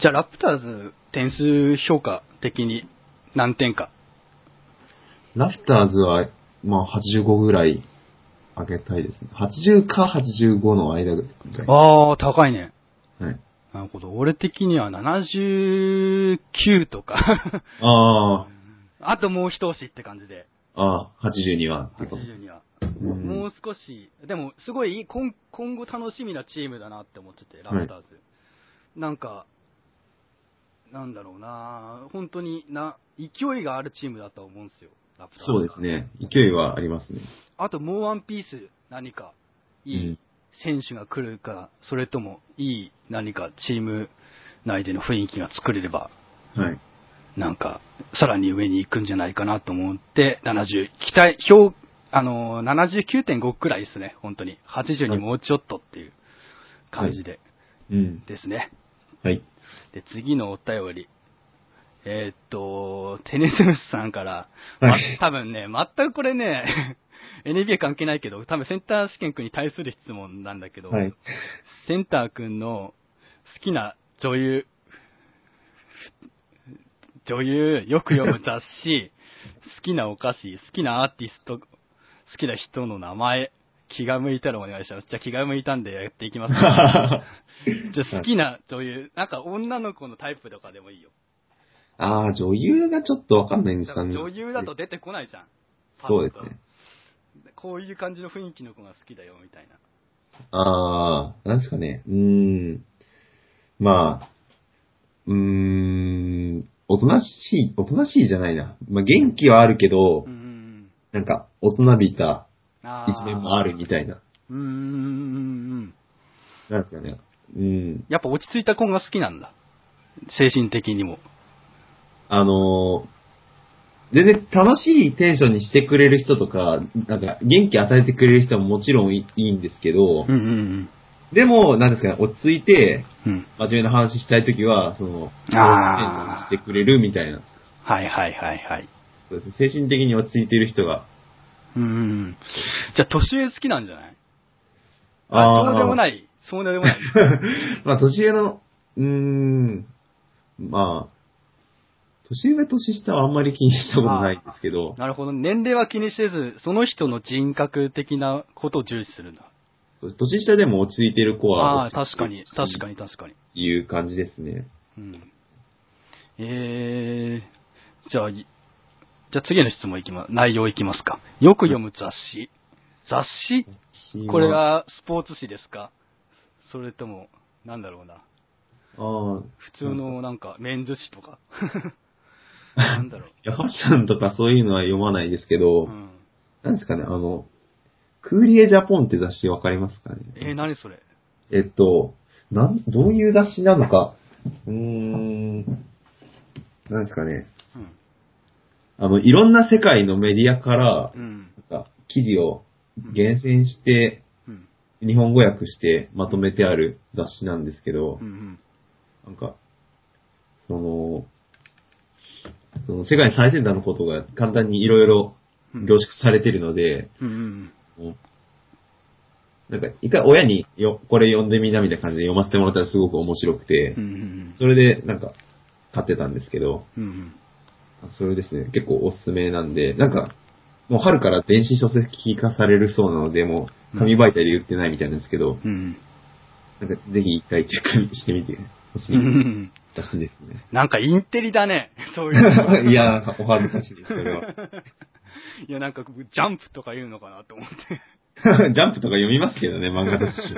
S1: じゃあ、ラプターズ点数評価的に何点か。
S2: ラフターズは、まあ、85ぐらい上げたいですね。80か85の間ぐらい。
S1: ああ、高いね。
S2: はい、
S1: なるほど。俺的には79とか。
S2: あ
S1: あともう一押しって感じで。
S2: あ、ああ、82は。
S1: 80には。
S2: うん
S1: もう少し、でも、すごいいい今、今後楽しみなチームだなって思ってて、ラ
S2: はい
S1: プターズ。なんか、なんだろうな本当にな、勢いがあるチームだと思うんですよ、ラプターズ。
S2: そうです。ね。勢いはありますね。
S1: あと、もうワンピース、何か、いい選手が来るか、それとも、いい何かチーム内での雰囲気が作れれば、
S2: うん。はい。
S1: なんか、さらに上に行くんじゃないかなと思って、70、期待、表、あのー、79.5くらいですね、本当に。80にもうちょっとっていう感じで、
S2: うん。
S1: ですね。
S2: はい。
S1: で、次のお便り。えーっと、テニスムスさんから、ま
S2: はい
S1: 多分ね、全くこれね、NBA 関係ないけど、多分センター試験君に対する質問なんだけど、
S2: はい。
S1: センター君の好きな女優、女優、よく読む雑誌、好きなお菓子、好きなアーティスト、好きな人の名前、気が向いたらお願いします。じゃあ気が向いたんでやっていき ます、
S2: あ
S1: じゃあ好きな女優、なんか女の子のタイプとかでもいいよ。
S2: あー、女優がちょっとわかんないんで
S1: だ
S2: す
S1: か
S2: からね。
S1: 女優だと。出てこないじゃん。
S2: そうですね。
S1: こういう感じの雰囲気の子が好きだよ、みたいな。
S2: あー、なんですかね。うーん。まあ、うーん、おとなしい、おとなしいじゃないな。まあ、元気はあるけど
S1: う、ん
S2: なんか、大人びた
S1: あー
S2: 一面もあるみたいな。
S1: うんうんうんうんうん。
S2: なんですかね。うん。
S1: やっぱ落ち着いた子が好きなんだ。精神的にも。
S2: あのー全然楽しいテンションにしてくれる人とか、なんか元気与えてくれる人ももちろんいいいんですけど、
S1: うんうん
S2: でも、なんですかね、落ち着いて、
S1: うん。うん。
S2: 真面目な話したいときは、その、テンションに
S1: あー
S2: してくれるみたいな。
S1: はいはいはいはい。
S2: そうですね。精神的に落ち着いてる人が。
S1: うんうんうん。じゃあ、年上好きなんじゃないあそうでも
S2: い。
S1: ない。そうでもない。
S2: まあ、年上の、うーん、まあ、年上年下はあんまり気にしたことないんですけど、
S1: なるほど。年齢は気にせず、その人の人格的なことを重視するんだ。
S2: そう年下でも落ち着いてる子は
S1: ああ、確かに、確か
S2: に。
S1: に確かに。
S2: いう感じですね。
S1: うん。えー、じゃあ、いじゃあ次の質問いきま、内容いきますか。よく読む雑誌。雑誌これはスポーツ誌ですかそれとも、なんだろうな。
S2: あー、
S1: 普通のなんか、メンズ誌と か。なんだろ
S2: いや、ファッションとかそういうのは読まないですけど、
S1: う。うん。
S2: なんですかね、あの、クーリエジャポンって雑誌わかりますかね
S1: えー、何それ
S2: えっと、なん、どういう雑誌なのか、うーん、なんですかね、
S1: うん。
S2: あの、いろんな世界のメディアから
S1: う、ん。
S2: なんか、記事を厳選して、
S1: うん。
S2: 日本語訳してまとめてある雑誌なんですけど
S1: うんう、ん。
S2: なんか、その、その世界最先端のことが簡単にいろいろ
S1: うん
S2: 凝縮されてるので、
S1: うんうん
S2: もうなんか、一回親によ、これ読んでみなみたいな感じで読ませてもらったらすごく面白くて
S1: うん。う、ん
S2: それで、なんか、買ってたんですけど、
S1: うん。うん
S2: それですね、結構おすすめなんで、なんか、もう春から電子書籍化されるそうなので、もう紙媒体で売ってないみたいなんですけど、
S1: うんうん。
S2: なんかぜひ一回チェックしてみてほし
S1: うんうんう
S2: い
S1: ん。
S2: 雑誌ですね。
S1: なんかインテリだね。 そういうの。
S2: いや、なんかお恥ずかしいです、それは。
S1: いや、なんか、ジャンプとか言うのかなと思って。
S2: ジャンプとか読みますけどね、漫画雑誌。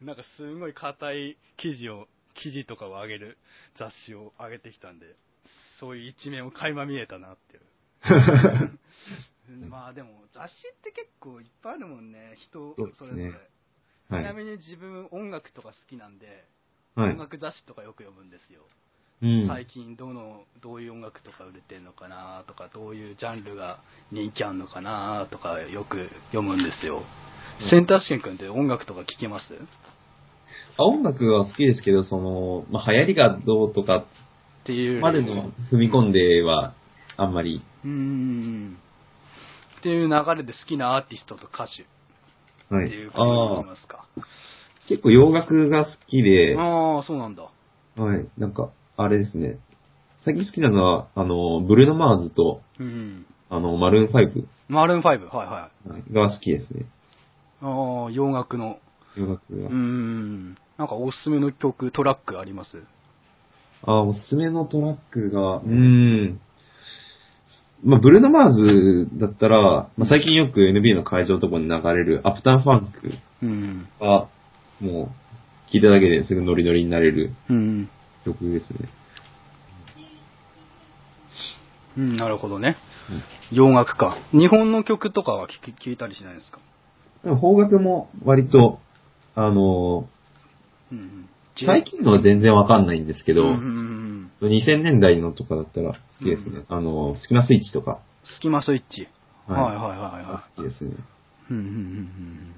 S1: なんか、すごい硬い記事を、記事とかを上げる雑誌を上げてきたんで、そういう一面を垣間見えたなっていう。まあでも、雑誌って結構いっぱいあるもんね。人、
S2: そうです
S1: そ
S2: ね
S1: れぞれ。
S2: は。
S1: ちないみに自分、音楽とか好きなんで、
S2: は
S1: 音
S2: い。
S1: 楽雑誌とかよく読むんですよ。
S2: うん。
S1: 最近どのどういう音楽とか売れてるのかなとかどういうジャンルが人気あんのかなとかよく読むんですよ、
S2: うん
S1: センター試験君って音楽とか聴けますっ
S2: あ音楽は好きですけど、その、まあ、流行りがどうとか
S1: ていう
S2: までの踏み込んでは、あんまり。
S1: うーんっていう流れで好きなアーティストと歌手
S2: は
S1: ってい。
S2: いう
S1: ことにな
S2: あ
S1: り
S2: あ、
S1: ますか
S2: 結構洋楽が好きで、
S1: ああそうなんだ
S2: はい。なんか、あれですね。最近好きなのは、あの、ブルーノ・マーズと、
S1: うん
S2: あの、マルーン5
S1: マルーン5はいはい
S2: が好きですね。
S1: ああ洋楽の
S2: 洋楽
S1: う
S2: が。
S1: ーんなんかおすすめの曲トラックあります
S2: あ、おすすめのトラックが、うーん。まあ、ブルーノ・マーズだったら、まあ、最近よく NBA の会場とかに流れるアプタンファンク
S1: うん
S2: が、もう、聞いただけですぐノリノリになれる
S1: うん
S2: 曲ですね。
S1: うん、なるほどね。洋楽か。日本の曲とかは聞き聞いたりしないですか
S2: でも邦楽も割と、あの
S1: うんうん。
S2: ー最近のは全然わかんないんですけ
S1: け
S2: ど、
S1: うんうんうん。
S2: 2000年代のとかだったら好きですね。あの、スキマスイッチとか。
S1: スキマスイッチ。はいはいはい
S2: い
S1: は
S2: 好きですね。
S1: い。うんうんうんうん。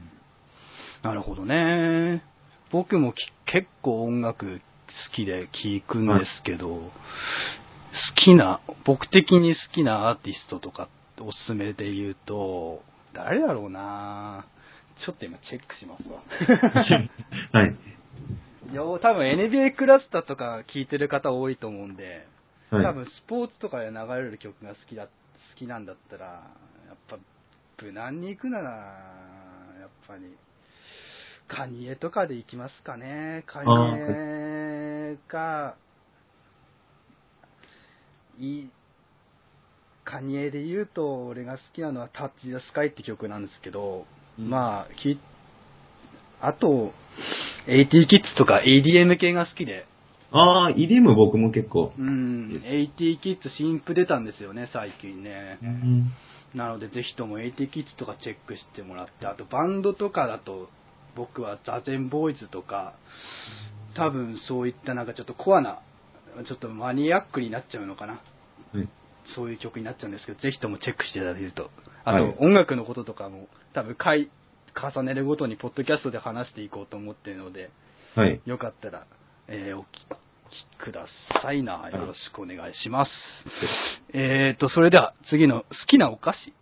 S1: なるほどね。僕もき結構音楽好きで聴くんですけど、好きな、僕的に好きなアーティストとかおすすめで言うと、誰だろうなちょっと今チェックしますわ。
S2: はい。
S1: いや、多分 NBA クラスターとか聞いてる方多いと思うんで、
S2: はい。
S1: 多分スポーツとかで流れる曲が好きだ、好きなんだったら、やっぱ、無難に行くなら、やっぱり、カニエとかで行きますかね。カニエが、いい、カニエで言うと、俺が好きなのはタッチ・ザ・スカイって曲なんですけど、まあ、きあと、AT キッズとか ADM 系が好きで、
S2: ああ、イディム僕も結構。
S1: うん、AT キッズ新譜出たんですよね、最近ね。なので、ぜひとも AT キッズとかチェックしてもらって、あとバンドとかだと、僕は座禅ボーイズとか、多分そういったなんかちょっとコアな、ちょっとマニアックになっちゃうのかな。
S2: はい。
S1: そういう曲になっちゃうんですけど、ぜひともチェックしていただけると。あと、
S2: はい
S1: 音楽のこととかも、多分回、重ねるごとに、ポッドキャストで話していこうと思っているので、
S2: はい。
S1: よかったら、えーお聞きくださいな。
S2: い
S1: よろしくお願いします。えーと、それでは、次の好きなお菓子。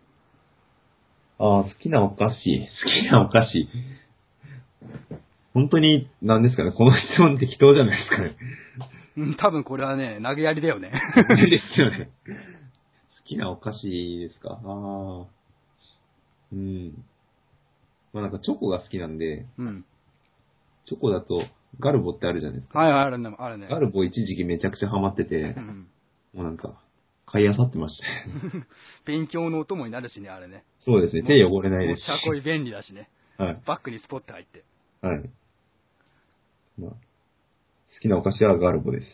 S2: ああ、好きなお菓子。好きなお菓子。本当に、何ですかね。この質問適当じゃないですかね。
S1: うん、多分これはね、投げやりだよね。
S2: ですよね。好きなお菓子ですかああ。うん。まあなんかチョコが好きなんで、
S1: うん。
S2: チョコだとガルボってあるじゃないですか。
S1: はい、あるね、あるね。
S2: ガルボ一時期めちゃくちゃハマってて
S1: う、ん。
S2: もうなんか、買い漁っ てました。
S1: 勉強のお供になるしね、あれね。
S2: そうですね。手汚れないです
S1: し。
S2: し。
S1: 茶こい便利だしね。
S2: はい。
S1: バッグにスポッて入って。
S2: はい。まあ、好きなお菓子はガルボです。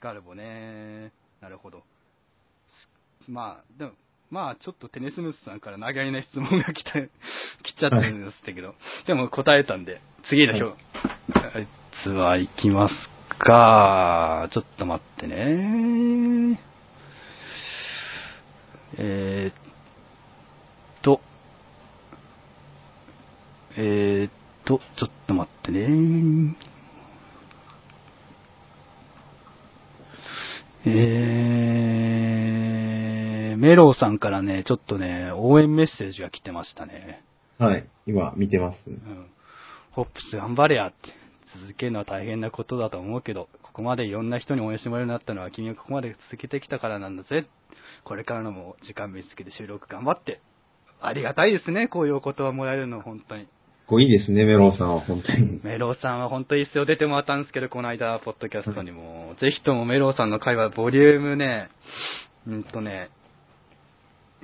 S1: ガルボね。なるほど。すまあ、でも、まあ、ちょっとテネスムスさんから長いな質問が来た、来ちゃったんですけど、でも答えたんで、次の表、
S2: は
S1: あいつは行きますか。ちょっと待ってね。えー、っと、えー、っと、ちょっと待ってね。えー、メロウさんからね、ちょっとね、応援メッセージが来てましたね。
S2: はい。今、見てます。
S1: うん。ホップス頑張れやって。続けるのは大変なことだと思うけど、ここまでいろんな人に応援してもらえるようになったのは君がここまで続けてきたからなんだぜ。これからのも時間見つけて収録頑張って。ありがたいですね、こういうお言葉もらえるの、本当に。
S2: こういいですね、メロンさんは、本当に。
S1: メロウさんは本当に一世を出てもらったんですけど、この間、ポッドキャストにも、ぜひともメロウさんの会話、ボリュームね、うんとね、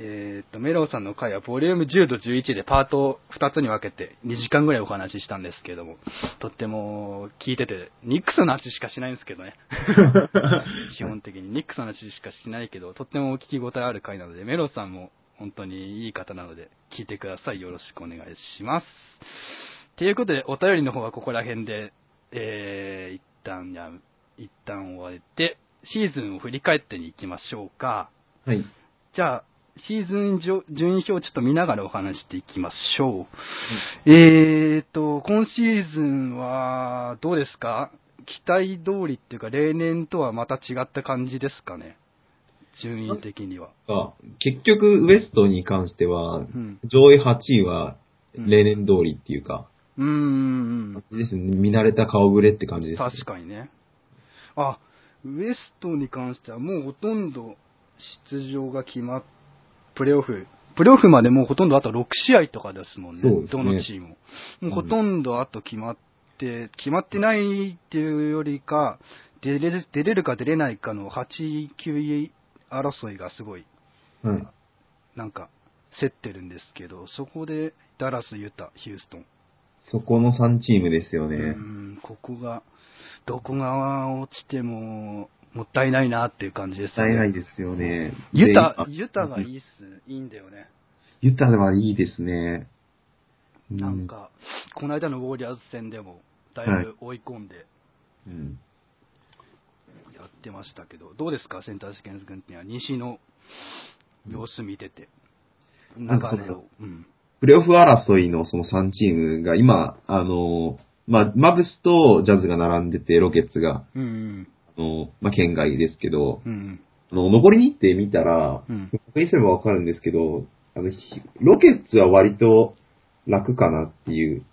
S1: えーっと、メロウさんの会はボリューム10と11でパートを2つに分けて2時間ぐらいお話ししたんですけれども、とっても聞いてて、ニックスの話しかしないんですけどね。 基本的にニックスの話しかしないけど、とっても聞き応えある回なので、メロウさんも本当にいい方なので、聞いてください。よろしくお願いします。ということで、お便りの方はここら辺で、えー、一旦や、一旦終われて、シーズンを振り返ってに行きましょうか。
S2: はい。
S1: じゃあ、シーズン順順位表をちょっと見ながらお話していきましょう。えーと、今シーズンはどうですか期待通りっていうか、例年とはまた違った感じですかね順位的には。
S2: あ結局、ウエストに関しては、
S1: ん
S2: 上位8位は
S1: うん
S2: 例年通りっていうか、
S1: うーん。
S2: ですね、見慣れた顔ぶれって感じです、
S1: 確かにね。あ、ウエストに関してはもうほとんど出場が決まっ、プレーオフ。プレーオフまでもうほとんどあと6試合とかですもんね。
S2: そうですね
S1: どのチームも。もうほとんどあと決まって、決まってないっていうよりか、出れる出れるか出れないかの8位、9位争いがすごい、
S2: はい。
S1: なんか、競ってるんですけど、そこでダラス、ユタ、ヒューストン。
S2: そこの3チームですよね。
S1: うんここが、どこが落ちても、もったいないなっていう感じです
S2: 絶対ないですよね。
S1: ユタ、
S2: で
S1: ユタがい。
S2: あ
S1: いっす、いいんだよね。
S2: ユタはいいですね。う
S1: なん、か、この間のウォーリアーズ戦でも、だいぶ追い込んで
S2: うん。
S1: やってましたけど、どうですか、センター試験軍っていうのは、西の様子見てて。なんかね
S2: なんかその、
S1: うん。
S2: プレオフ争いのその3チームが今、あの、まあ、マブスとジャズが並んでて、ロケッツが、
S1: うん
S2: あの、まあ、県外ですけど、
S1: うん。うん
S2: あの、残り日程見たら、
S1: うん。
S2: 確認すればわかるんですけど、あの、ひロケッツは割と楽かなっていう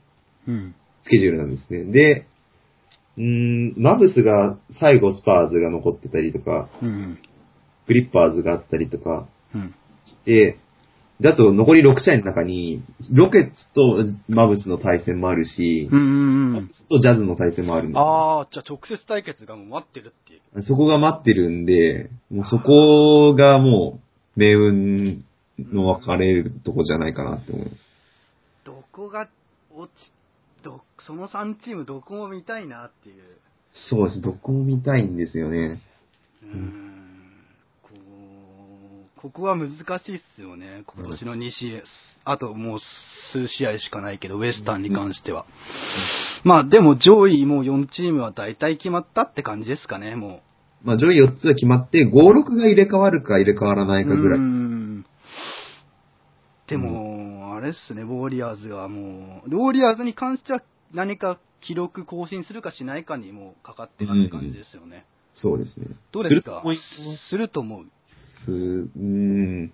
S1: うん。
S2: スケジュールなんですね。で、うーん、マブスが最後スパーズが残ってたりとか、
S1: うん。
S2: クリッパーズがあったりとか
S1: うん。
S2: して、だと残り6試合の中に、ロケッツとマブスの対戦もあるし、
S1: うんうんう
S2: マブ
S1: ん。
S2: スとジャズの対戦もあるんで
S1: ああ、じゃあ直接対決がもう待ってるっていう。
S2: すそこが待ってるんで、もうそこがもう、命運の分かれるとこじゃないかなって思います。
S1: どこが落ちどその3チームどこも見たいなっていう
S2: そうです。どこも見たいんですよね。
S1: うーんこうここは難しいっすよね。今年の2試合、あともう数試合しかないけど、ウェスタンに関しては。まあでも上位もう4チームは大体決まったって感じですかね、も
S2: まあ上位4つが決まって、5、6が入れ替わるか入れ替わらな
S1: う。
S2: いかぐらい。
S1: うーんでも、あれっすね、ウォリアーズはもう、ウォリアーズに関しては何か記録更新するかしないかにもうかかってたって感じですよね。
S2: そうですね。
S1: どうですか
S2: する
S1: すると思う。
S2: すうーん。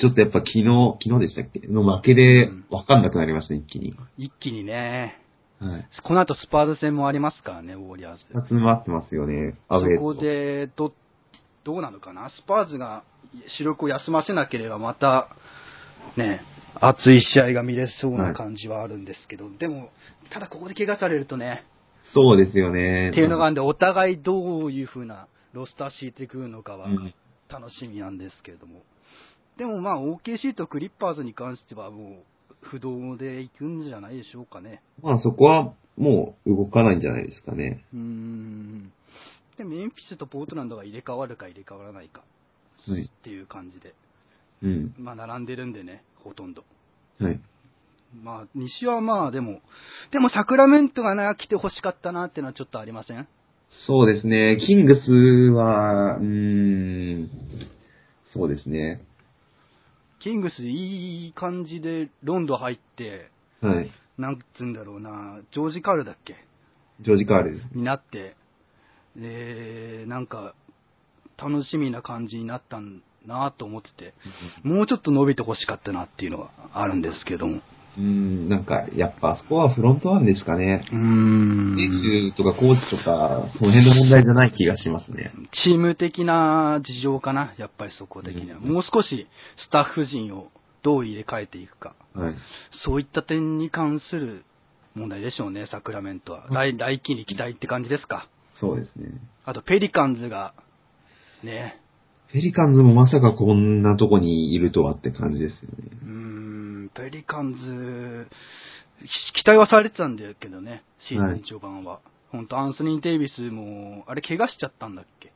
S2: ちょっとやっぱ昨日、昨日でしたっけの負けで
S1: うん
S2: 分かんなくなりました、一気に。
S1: 一気にね。
S2: はい。
S1: この後スパーズ戦もありますからね、ウォリアーズ。
S2: 二つ回ってますよね、アウ
S1: そ
S2: ェイと
S1: こ。でど、どうなのかな、スパーズが主力を休ませなければ、また、ね、熱い試合が見れそうな感じはあるんですけど、でも、ただここで怪我されるとね、
S2: そうですよね。
S1: っていうのがあるんで、お互いどういう風なロスター敷いてくるのかは
S2: うん
S1: 楽しみなんですけれども、でもまあ、OKC とクリッパーズに関しては、もう不動でいくんじゃないでしょうかね。
S2: まあそこはもう動かないんじゃないですかね。
S1: うーんで、メンフィスとポートランドが入れ替わるか入れ替わらないか
S2: はい。
S1: っていう感じで、
S2: うん。
S1: まあ、並んでるんでね、ほとんど。
S2: はい。
S1: まあ、西はまあ、でも、でもサクラメントがな、来てほしかったなっていうのはちょっとありません
S2: そうですね。キングスは、うーん。そうですね。
S1: キングス、いい感じでロンドン入って、
S2: はい。
S1: なんつうんだろうな、ジョージ・カールだっけ
S2: ジョージ・カールです。
S1: になって、えー、なんか、楽しみな感じになったんなと思ってて、もうちょっと伸びてほしかったなっていうのはあるんですけども。
S2: うーん、なんか、やっぱ、あそこはフロントワンですかね。
S1: うーん
S2: 練習とかコーチとか、その辺の問題じゃない気がしますね。
S1: チーム的な事情かな、やっぱりそこ的には。
S2: うん
S1: もう少しスタッフ陣をどう入れ替えていくか。
S2: はい。
S1: そういった点に関する問題でしょうね、サクラメントは。来来季に期待って感じですか。
S2: そうですね。
S1: あと、ペリカンズが、ね、
S2: ペリカンズもまさかこんなとこにいるとはって感じですよね。
S1: うーん、ペリカンズ、期待はされてたんだけどね、シーズン序盤は。本当アンソニー・デイビスも、あれ、怪我しちゃったんだっけ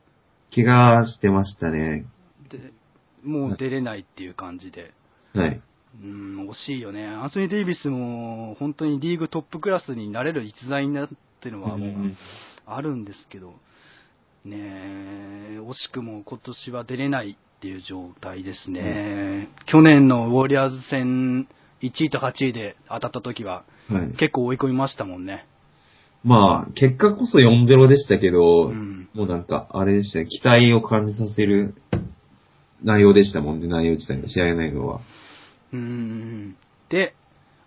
S2: 怪我してましたね。
S1: で、もう出れないっていう感じで。
S2: はい。
S1: うん、惜しいよね。アンソニー・デイビスも、本当にリーグトップクラスになれる逸材になってのはもう
S2: うん
S1: あるんですけど、ねえ、惜しくも今年は出れないっていう状態ですね。去年のウォリアーズ戦、1位と8位で当たった時は、
S2: はい。
S1: 結構追い込みましたもんね。
S2: まあ、結果こそ4-0でしたけど、
S1: うん
S2: もうなんか、あれでしたね、期待を感じさせる内容でしたもんね、内容自体が、試合内容は。
S1: うん。で、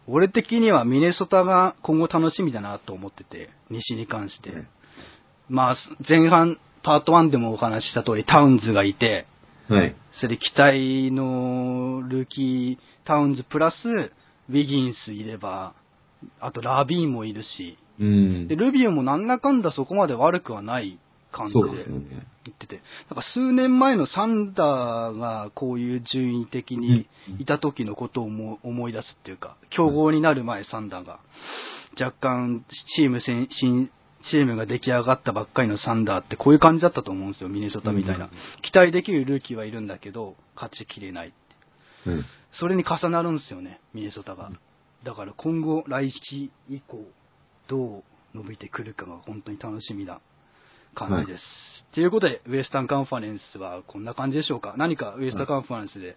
S1: 俺的にはミネソタが今後楽しみだなと思ってて、西に関して。まあ、す前半、パート1でもお話しした通り、タウンズがいて、
S2: はい。
S1: それで期待のルーキー、タウンズプラス、ウィギンスいれば、あとラビーンもいるし、
S2: うん
S1: で、。ルビオもなんだかんだそこまで悪くはない感じで
S2: そうですよね。
S1: 言ってて、なんか数年前のサンダーがこういう順位的にいた時のことを思う思い出すっていうか、強豪になる前、サンダーが、若干チームせん新、チームが出来上がったばっかりのサンダーってこういう感じだったと思うんですよ、ミネソタみたいな
S2: うん。
S1: 期待できるルーキーはいるんだけど、勝ちきれない。
S2: はい。
S1: それに重なるんですよね、ミネソタが。だから今後、来季以降、どう伸びてくるかが本当に楽しみな感じです。と、いうことで、ウエスタンカンファレンスはこんな感じでしょうか。何かウエスタンカンファレンスで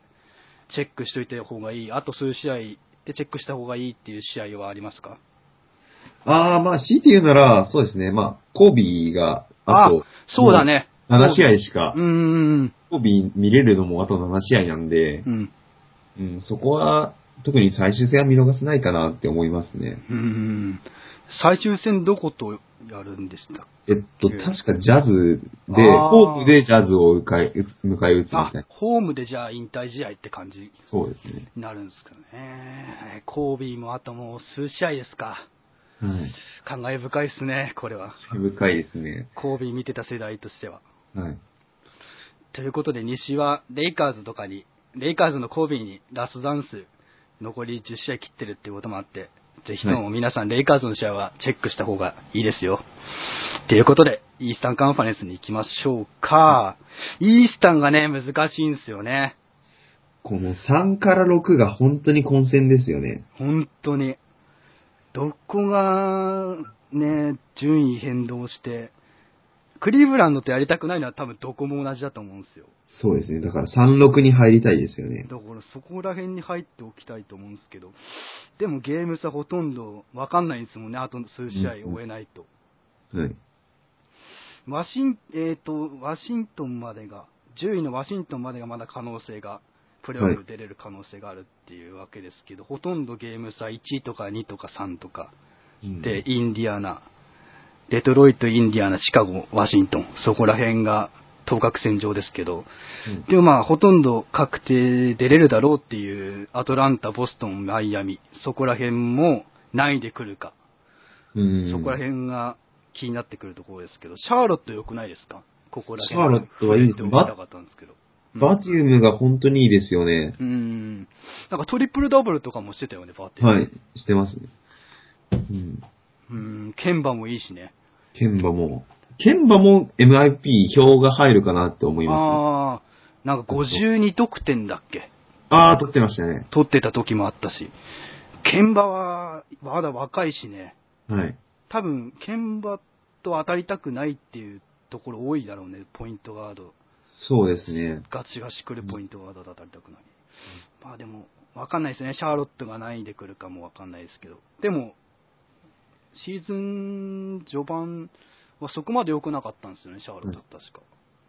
S1: チェックしといた方がいい、あと数試合でチェックした方がいいっていう試合はありますか
S2: ああ、まあ、強いて言うなら、そうですね。まあ、コービーが、あと、
S1: そうだね。
S2: もう7試合しか
S1: う、ーん。
S2: コービー見れるのもあと7試合なんで
S1: う、ん。
S2: うん、そこは、特に最終戦は見逃せないかなって思いますね。
S1: うーん。最終戦どことやるんでしたっ
S2: えっと、確かジャズで、
S1: あー
S2: ホームでジャズを迎え撃つ迎え撃つみ
S1: け
S2: たい
S1: あ
S2: な。、
S1: ホームでじゃあ引退試合って感じ
S2: そうですね。
S1: なるんですかね。コービーもあともう数試合ですか。
S2: はい。
S1: 感慨深いですね、これは。
S2: 深いですね。
S1: コービー見てた世代としては。
S2: はい。
S1: ということで、西はレイカーズとかに、レイカーズのコービーにラストダンス、残り10試合切ってるっていうこともあって、ぜひとも皆さん、レイカーズの試合はチェックした方がいいですよ。ということで、イースタンカンファレンスに行きましょうか。イースタンがね、難しいんですよね。
S2: この3から6が本当に混戦ですよね。
S1: 本当に。どこが、ね、順位変動して、クリーブランドとやりたくないのは多分どこも同じだと思うんですよ。
S2: そうですね。だから36に入りたいですよね。
S1: だからそこら辺に入っておきたいと思うんですけど、でもゲーム差ほとんどわかんないんですもんね、あと数試合終えないと。
S2: はい。
S1: ワシン、えっ、と、ワシントンまでが、10位のワシントンまでがまだ可能性が、プレーオフ出れる可能性があるっていうわけですけど、ほとんどゲーム差1位とか2とか3とかで、インディアナ、デトロイト、インディアナ、シカゴ、ワシントン、そこら辺が当確線上ですけど、
S2: うん
S1: でもまあ、ほとんど確定出れるだろうっていう、アトランタ、ボストン、マイアミ、そこら辺も何位で来るか、
S2: うん
S1: そこら辺が気になってくるところですけど、シャーロット良くないですかここら辺。
S2: シャーロットはいいです
S1: 触れ
S2: ね
S1: ておきたかったんですけど。
S2: バティウムが本当にいいですよね。
S1: うん。なんかトリプルダブルとかもしてたよね、バーティ
S2: は。い。してますね。うん。
S1: うん、ケンバもいいしね。
S2: ケンバも、ケンバも MIP 票が入るかなって思います、ね。
S1: ああ、なんか52得点だっけ
S2: ああー、取ってましたね。
S1: 取ってた時もあったし。ケンバは、まだ若いしね。
S2: はい。
S1: 多分、ケンバと当たりたくないっていうところ多いだろうね、ポイントガード。
S2: そうですね。
S1: ガチガチくるポイントガードだと当たりたくない。まあでも、わかんないですね。シャーロットが何位で来るかもわかんないですけど。でも、シーズン序盤はそこまで良くなかったんですよね、シャーロット確か。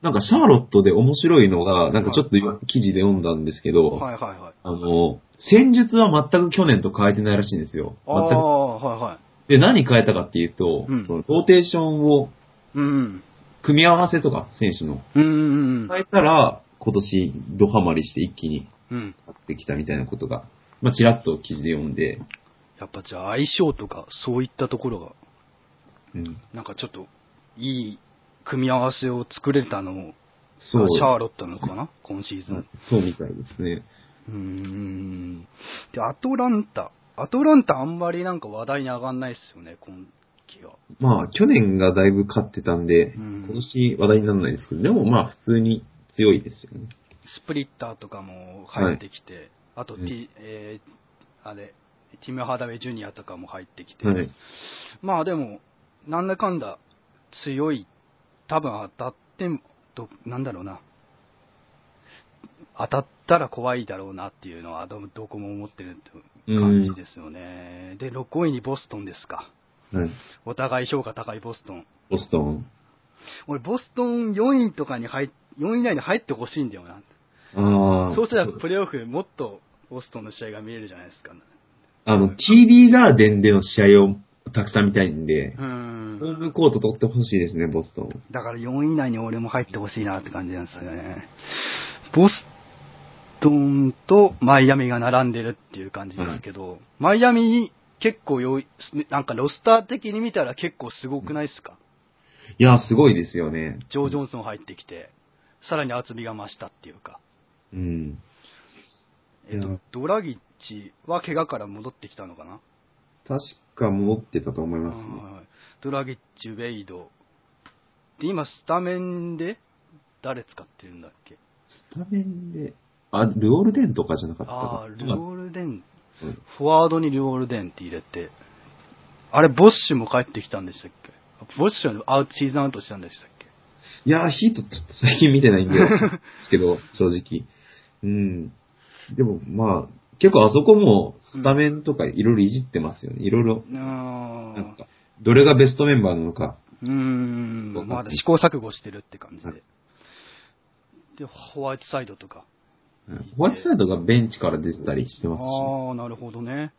S2: なんかシャーロットで面白いのが、なんかちょっと今記事で読んだんですけど、
S1: はいはいはい。
S2: あの、戦術は全く去年と変えてないらしいんですよ。
S1: あ
S2: 全く
S1: あ、はいはい。
S2: で、何変えたかっていうと、
S1: うん
S2: そのローテーションを
S1: うん。
S2: 組み合わせとか、選手の。
S1: うんうんうん。
S2: 変えたら、今年ドハマりして一気に
S1: うん。
S2: 買ってきたみたいなことが、まあ、ちらっと記事で読んで、
S1: やっぱじゃあ相性とか、そういったところが、
S2: うん、
S1: なんかちょっと、いい組み合わせを作れたのも、
S2: そう、
S1: シャーロットなのかな今シーズ
S2: う
S1: ン
S2: ん。そうみたいですね。
S1: うーん。で、アトランタ。アトランタあんまりなんか話題に上がんないっすよね、今季は。
S2: まあ、去年がだいぶ勝ってたんで、
S1: うん
S2: 今年話題にならないですけど、でもまあ、普通に強いですよね。
S1: スプリッターとかも入ってきて、あと、ティ、えー、あれ、ティム・ハーダウェイ・ジュニアとかも入ってきて、
S2: はい。
S1: まあでも、なんだかんだ強い、多分当たっても、どなんだろうな、当たったら怖いだろうなっていうのは、どどこも思ってるって感じですよね。で、6位にボストンですか。
S2: はい。
S1: お互い評価高いボストン。
S2: ボストン。
S1: 俺、ボストン4位とかに入っ、4位以内に入ってほしいんだよな。
S2: ああ。
S1: そうすればプレーオフもっとボストンの試合が見れるじゃないですか、
S2: あの、TD ガーデンでの試合をたくさん見たいんで
S1: う、
S2: ホー
S1: ん。
S2: ムコート取ってほしいですね、ボストン。
S1: だから4位以内に俺も入ってほしいなって感じなんですよね。ボストンとマイアミが並んでるっていう感じですけど、マイアミ結構よい、なんかロスター的に見たら結構すごくないですか、
S2: いや、すごいですよね。
S1: ジョー・ジョンソン入ってきて、さらに厚みが増したっていうか。
S2: うん。
S1: えっ
S2: いや
S1: と、ドラギッチは怪我から戻ってきたのかな、
S2: 確か戻ってたと思いますね。
S1: はいドラギッチ、ウェイド。で、今、スタメンで誰使ってるんだっけ
S2: スタメンで、あ、ルオルデンとかじゃなかった
S1: ああ、ルオルデン。
S2: うん
S1: フォワードにルオルデンって入れて。あれ、ボッシュも帰ってきたんでしたっけボッシュはアウトシーズンアウトしたんでしたっけ
S2: いやー、ヒートちょっと最近見てないん で、ですけど、正直。うん。でも、まあ、結構あそこも、スタメンとかいろいろいじってますよね。いろいろ、
S1: うー
S2: なん
S1: ん。
S2: か、どれがベストメンバーなのか。
S1: うーん。まだ試行錯誤してるって感じで。で、ホワイトサイドとか。
S2: うんホワイトサイドがベンチから出てたりしてますし、
S1: ああ、なるほどね。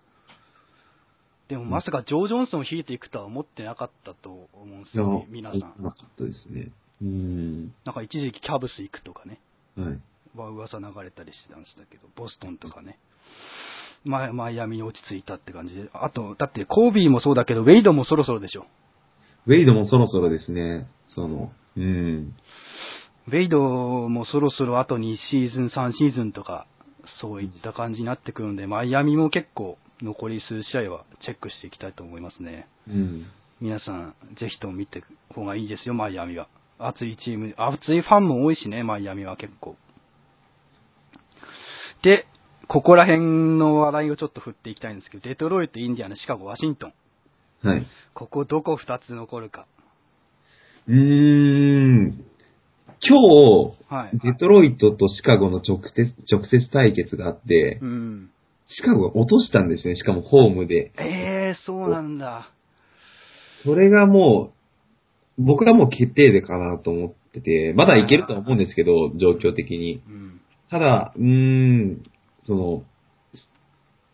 S1: でもまさかジョー・ジョンソンを引いていくとは思ってなかったと思うんですよね、
S2: い
S1: 皆
S2: や
S1: さん。
S2: なかったですね。うん。
S1: なんか一時期キャブス行くとかね、
S2: はい。
S1: は噂流れたりしてたんでしたけど、ボストンとかね。まマイアミに落ち着いたって感じで。あと、だってコービーもそうだけど、ウェイドもそろそろでしょ。
S2: ウェイドもそろそろですね、その、うん。
S1: ウェイドもそろそろあと2シーズン、3シーズンとかそういった感じになってくるので、マイアミも結構残り数試合はチェックしていきたいと思いますね。
S2: うん。
S1: 皆さん、ぜひとも見てほうがいいですよ、マイアミは。熱いチーム、熱いファンも多いしね、マイアミは結構。で、ここら辺の話題をちょっと振っていきたいんですけど、デトロイト、インディアナ、シカゴ、ワシントン。
S2: はい。
S1: ここどこ2つ残るか。
S2: うーん。今
S1: はい
S2: 日、。デトロイトとシカゴの直接、直接対決があって、
S1: うん。
S2: シカゴが落としたんですね。しかもホームで。
S1: ええー、そうなんだ。
S2: それがもう、僕はもう決定でかなと思ってて、まだいけるとは思うんですけど、状況的に。
S1: うん。
S2: ただ、うーん、その、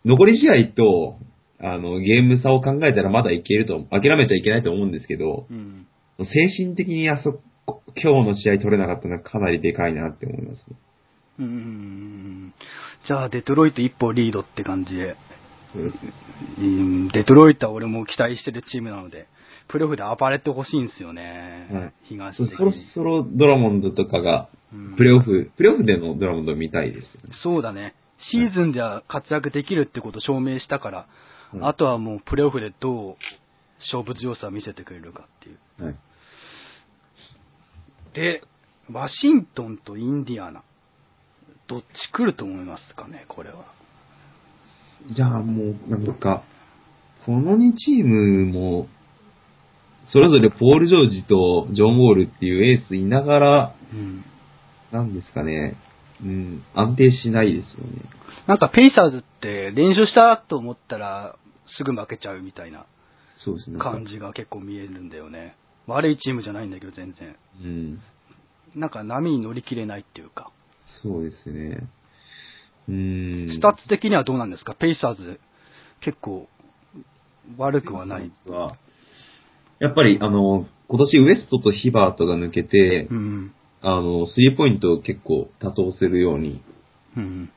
S2: 残り試合と、あの、ゲーム差を考えたらまだいけると、諦めちゃいけないと思うんですけど、
S1: うん。
S2: 精神的にあそこ、今日の試合取れなかったのはかなりでかいなって思います。
S1: うんうんうんうん。じゃあ、デトロイト一歩リードって感じで。
S2: そうですね。
S1: うん、デトロイトは俺も期待してるチームなので、プレオフで暴れてほしいんですよね。
S2: はい
S1: 東
S2: そ
S1: 的
S2: そろそろドラモンドとかが、
S1: うん
S2: プレオフ、プレオフでのドラモンドを見たいですよね。
S1: そうだね。シーズンでは活躍できるってことを証明したから、
S2: うん
S1: あとはもうプレオフでどう勝負強さを見せてくれるかっていう。
S2: はい。
S1: で、ワシントンとインディアナ、どっち来ると思いますかね、これは。
S2: いやーもう、なんか、この2チームも、それぞれポール・ジョージとジョン・ウォールっていうエースいながら、
S1: うん。
S2: なんですかね、うん、安定しないですよね。
S1: なんかペイサーズって練習したと思ったらすぐ負けちゃうみたいな
S2: そうですね。
S1: 感じが結構見えるんだよね。悪いチームじゃないんだけど全然。
S2: うん。
S1: なんか波に乗り切れないっていうか。
S2: そうですね。うん。
S1: スタッツ的にはどうなんですかペイサーズ結構悪くはない。
S2: は、やっぱり、あの、今年ウエストとヒバートが抜けて
S1: う、ん。
S2: あの、スリーポイントを結構多投するように
S1: うん。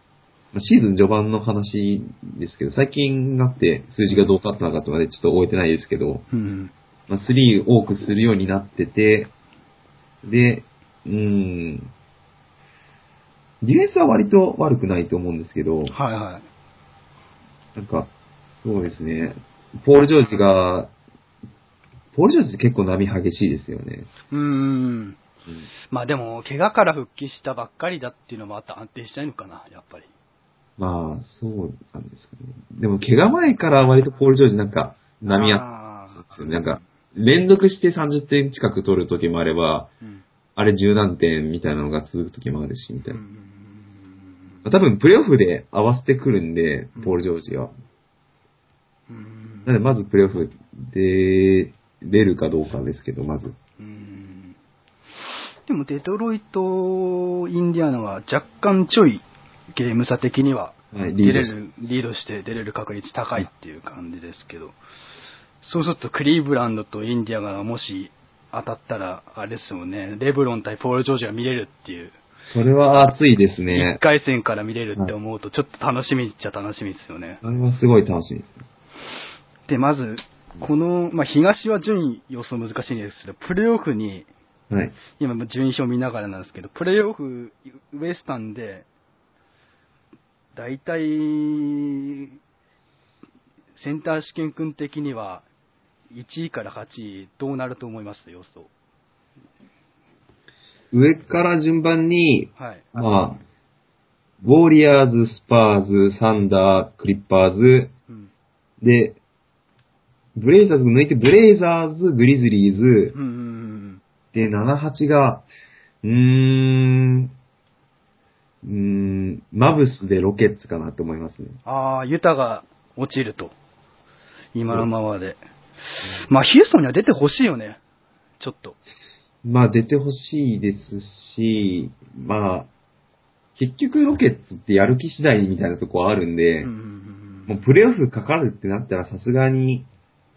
S2: まあシーズン序盤の話ですけど、最近になって数字がどうかってなかったのでちょっと終えてないですけど、
S1: うん。
S2: まあ、3多くするようになってて、で、うーん、ディフェンスは割と悪くないと思うんですけど、
S1: はいはい。
S2: なんか、そうですね、ポール・ジョージが、ポール・ジョージって結構波激しいですよね。
S1: うん。まあでも、怪我から復帰したばっかりだっていうのもあった安定しないのかな、やっぱり。
S2: まあ、そうなんですかね。でも、怪我前から割とポール・ジョージなんか波あっ
S1: あ
S2: そうなんか、連続して30点近く取る時もあれば、
S1: ーうん
S2: あれ10何点みたいなのが続く時もあるし、みた
S1: う
S2: いな。
S1: ん
S2: 多分、プレイオフで合わせてくるんで
S1: うん、
S2: ポール・ジョージは。
S1: うん
S2: なので、まずプレイオフで出るかどうかですけど、まず。
S1: うんでも、デトロイト、インディアナは若干ちょいゲーム差的には
S2: はい、
S1: 出
S2: リー
S1: れ
S2: ドして。
S1: る、リードして出れる確率高いっていう感じですけど、そうするとクリーブランドとインディアナがもし当たったら、あれですよね、レブロン対ポール・ジョージが見れるっていう、
S2: それは熱いです
S1: 1
S2: ね。
S1: 回戦から見れるって思うと、ちょっと楽しみっちゃ楽しみですよね。
S2: あれはすごい楽しいです。
S1: で、まず、この、まあ、東は順位予想難しいんですけど、プレーオフに
S2: はい。
S1: 今も順位表見ながらなんですけど、プレーオフ、ウエスタンで、大体、センター試験君的には、1位から8位、どうなると思います予想。
S2: 上から順番に、
S1: はい。
S2: まあ、ウォーリアーズ、スパーズ、サンダー、クリッパーズ、
S1: うん。
S2: で、ブレイザーズ抜いて、ブレイザーズ、グリズリーズ
S1: う、んうんうん
S2: で、78が、うーん、うーん、マブスでロケッツかなと思いますね。
S1: ああ、ユタが落ちると。今のままで。まあ、ヒューストンには出てほしいよね。ちょっと。
S2: まあ、出てほしいですし、まあ、結局ロケッツってやる気次第みたいなとこはあるん
S1: う
S2: で、
S1: んうんうんう
S2: もうんプレイオフかかるってなったらさすがに、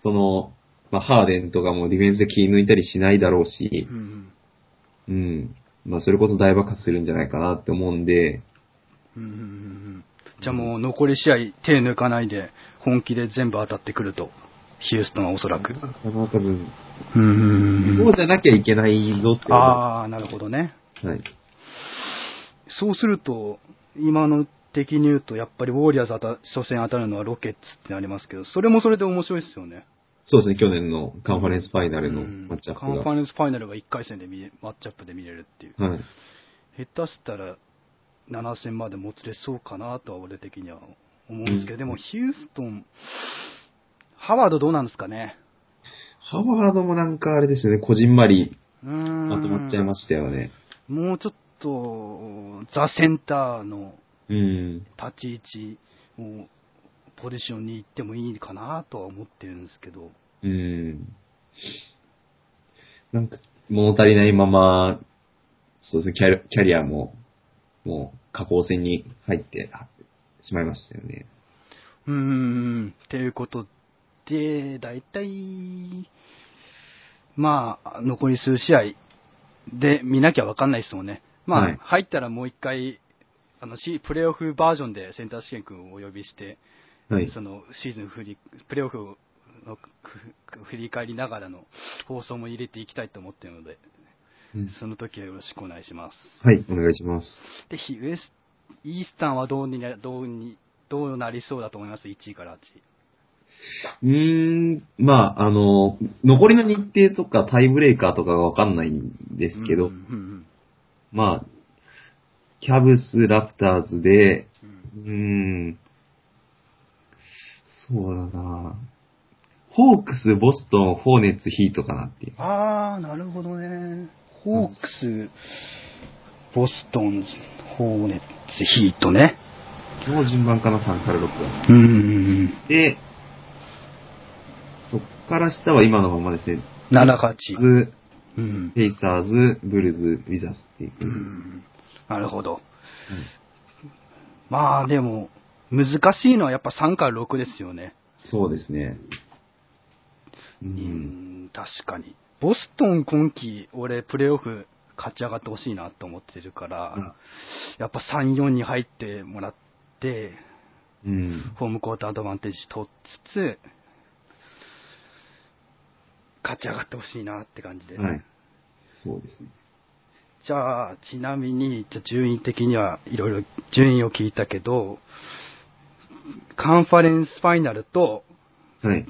S2: その、まあ、ハーデンとかもディフェンスで切り抜いたりしないだろうし、
S1: うんうん
S2: うん。まあ、それこそ大爆発するんじゃないかなって思うんで、
S1: うんうんうんうんじゃあもう残り試合手抜かないで本気で全部当たってくるとヒューストンはおそらく。
S2: まあ、多分、
S1: うんうんうん
S2: そううんじゃなきゃいけないぞって。
S1: ああ、なるほどね。
S2: はい。
S1: そうすると今の的に言うと、やっぱりウォーリアーズ当た初戦当たるのはロケッツってなりますけど、それもそれで面白いですよね。
S2: そうですね、去年のカンファレンスファイナルの
S1: うん
S2: マッチアップ
S1: カンフ
S2: が。
S1: ァレンスファイナルが1回戦で見れマッチアップで見れるっていう。
S2: はい。
S1: 下手したら7戦までもつれそうかなとは俺的には思うんですけど、
S2: うん
S1: でもヒューストン、ハワードどうなんですかね。
S2: ハワードもなんかあれですよね、こじんまり
S1: うーん。
S2: まとまっちゃいましたよね。
S1: もうちょっと、ザ・センターの
S2: うん。
S1: 立ち位置を、ポジションに行ってもいいかなとは思ってるんですけど。
S2: うん。なんか、物足りないまま、そうですね、キャリキャリアも、もう、下降線に入ってしまいましたよね。
S1: うーん、ということで、大体、まあ、残り数試合で見なきゃわかんないですもんね。まあ、
S2: はい
S1: 入ったらもう一回、あの、シプレーオフバージョンでセンター試験君をお呼びして、
S2: はい。
S1: そのシーズン振り、プレーオフのふふ振り返りながらの放送も入れていきたいと思っているので、
S2: うん
S1: その時はよろしくお願いします。
S2: はい、お願いします。
S1: で、ひウエスイースタンはどうにな、どうに、どうなりそうだと思います ?1 位から8位。
S2: うーん、まあ、あの、残りの日程とかタイブレーカーとかがわかんないんですけど、
S1: うんうん
S2: まあ、キャブス、ラプターズで、
S1: うんうん
S2: うーん、そうだなホークス、ボストン、ホーネッツ、ヒートかなっていう。
S1: あー、なるほどね。ホークス、ボストンズ、ホーネッツ、ヒートね。
S2: の順番かな、3から6は。
S1: うんうん
S2: で、そっから下は今のままですね。
S1: うん。7か8。
S2: ズ、
S1: うん。
S2: ペイサーズ、ブルズ、ウィザーズっていう。
S1: う
S2: うん
S1: ん。なるほど。まあでも、難しいのはやっぱ3から6ですよね。
S2: そうですね。う。
S1: うんん、確かに。ボストン今季、俺、プレーオフ勝ち上がってほしいなと思ってるから、
S2: うん
S1: やっぱ3、4に入ってもらって、
S2: うん。
S1: ホームコートアドバンテージ取りつつ、勝ち上がってほしいなって感じで。
S2: はい。そうですね。
S1: じゃあ、ちなみに、じゃあ順位的にはいろいろ順位を聞いたけど、カンファレンスファイナルと
S2: はい。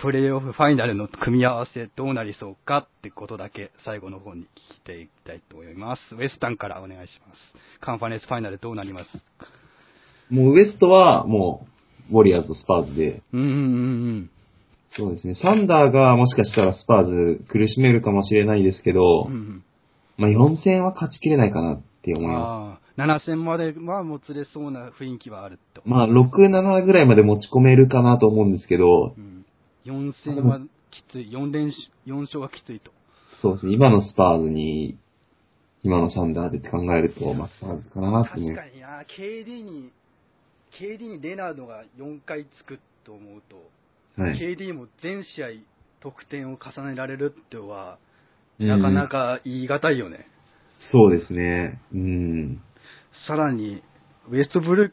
S1: プレイオフファイナルの組み合わせどうなりそうかってことだけ最後の方に聞いていきたいと思います。ウェスタンからお願いします。カンファレンスファイナルどうなります
S2: もうウエストは、もう、ウォリアーズとスパーズで、
S1: うーん。
S2: そうですね。サンダーがもしかしたらスパーズ苦しめるかもしれないですけど、
S1: うんうん
S2: まあ4戦は勝ちきれないかなって思います。
S1: ああ、7戦まではもつれそうな雰囲気はあると。
S2: まあ、6、7ぐらいまで持ち込めるかなと思うんですけど
S1: う、ん、4戦はきつい、4連勝、4勝はきついと。
S2: そうですね、今のスパーズに、今のサンダーでって考えると、まあ、スパーズかなって思
S1: 確
S2: う
S1: か。にな、KD に、KD にレナードが4回つくと思うと、
S2: はい。
S1: KD も全試合得点を重ねられるっては、なかな
S2: うん。
S1: か言い難いよね。
S2: そうですね。うん。
S1: さらに、ウェストブルッ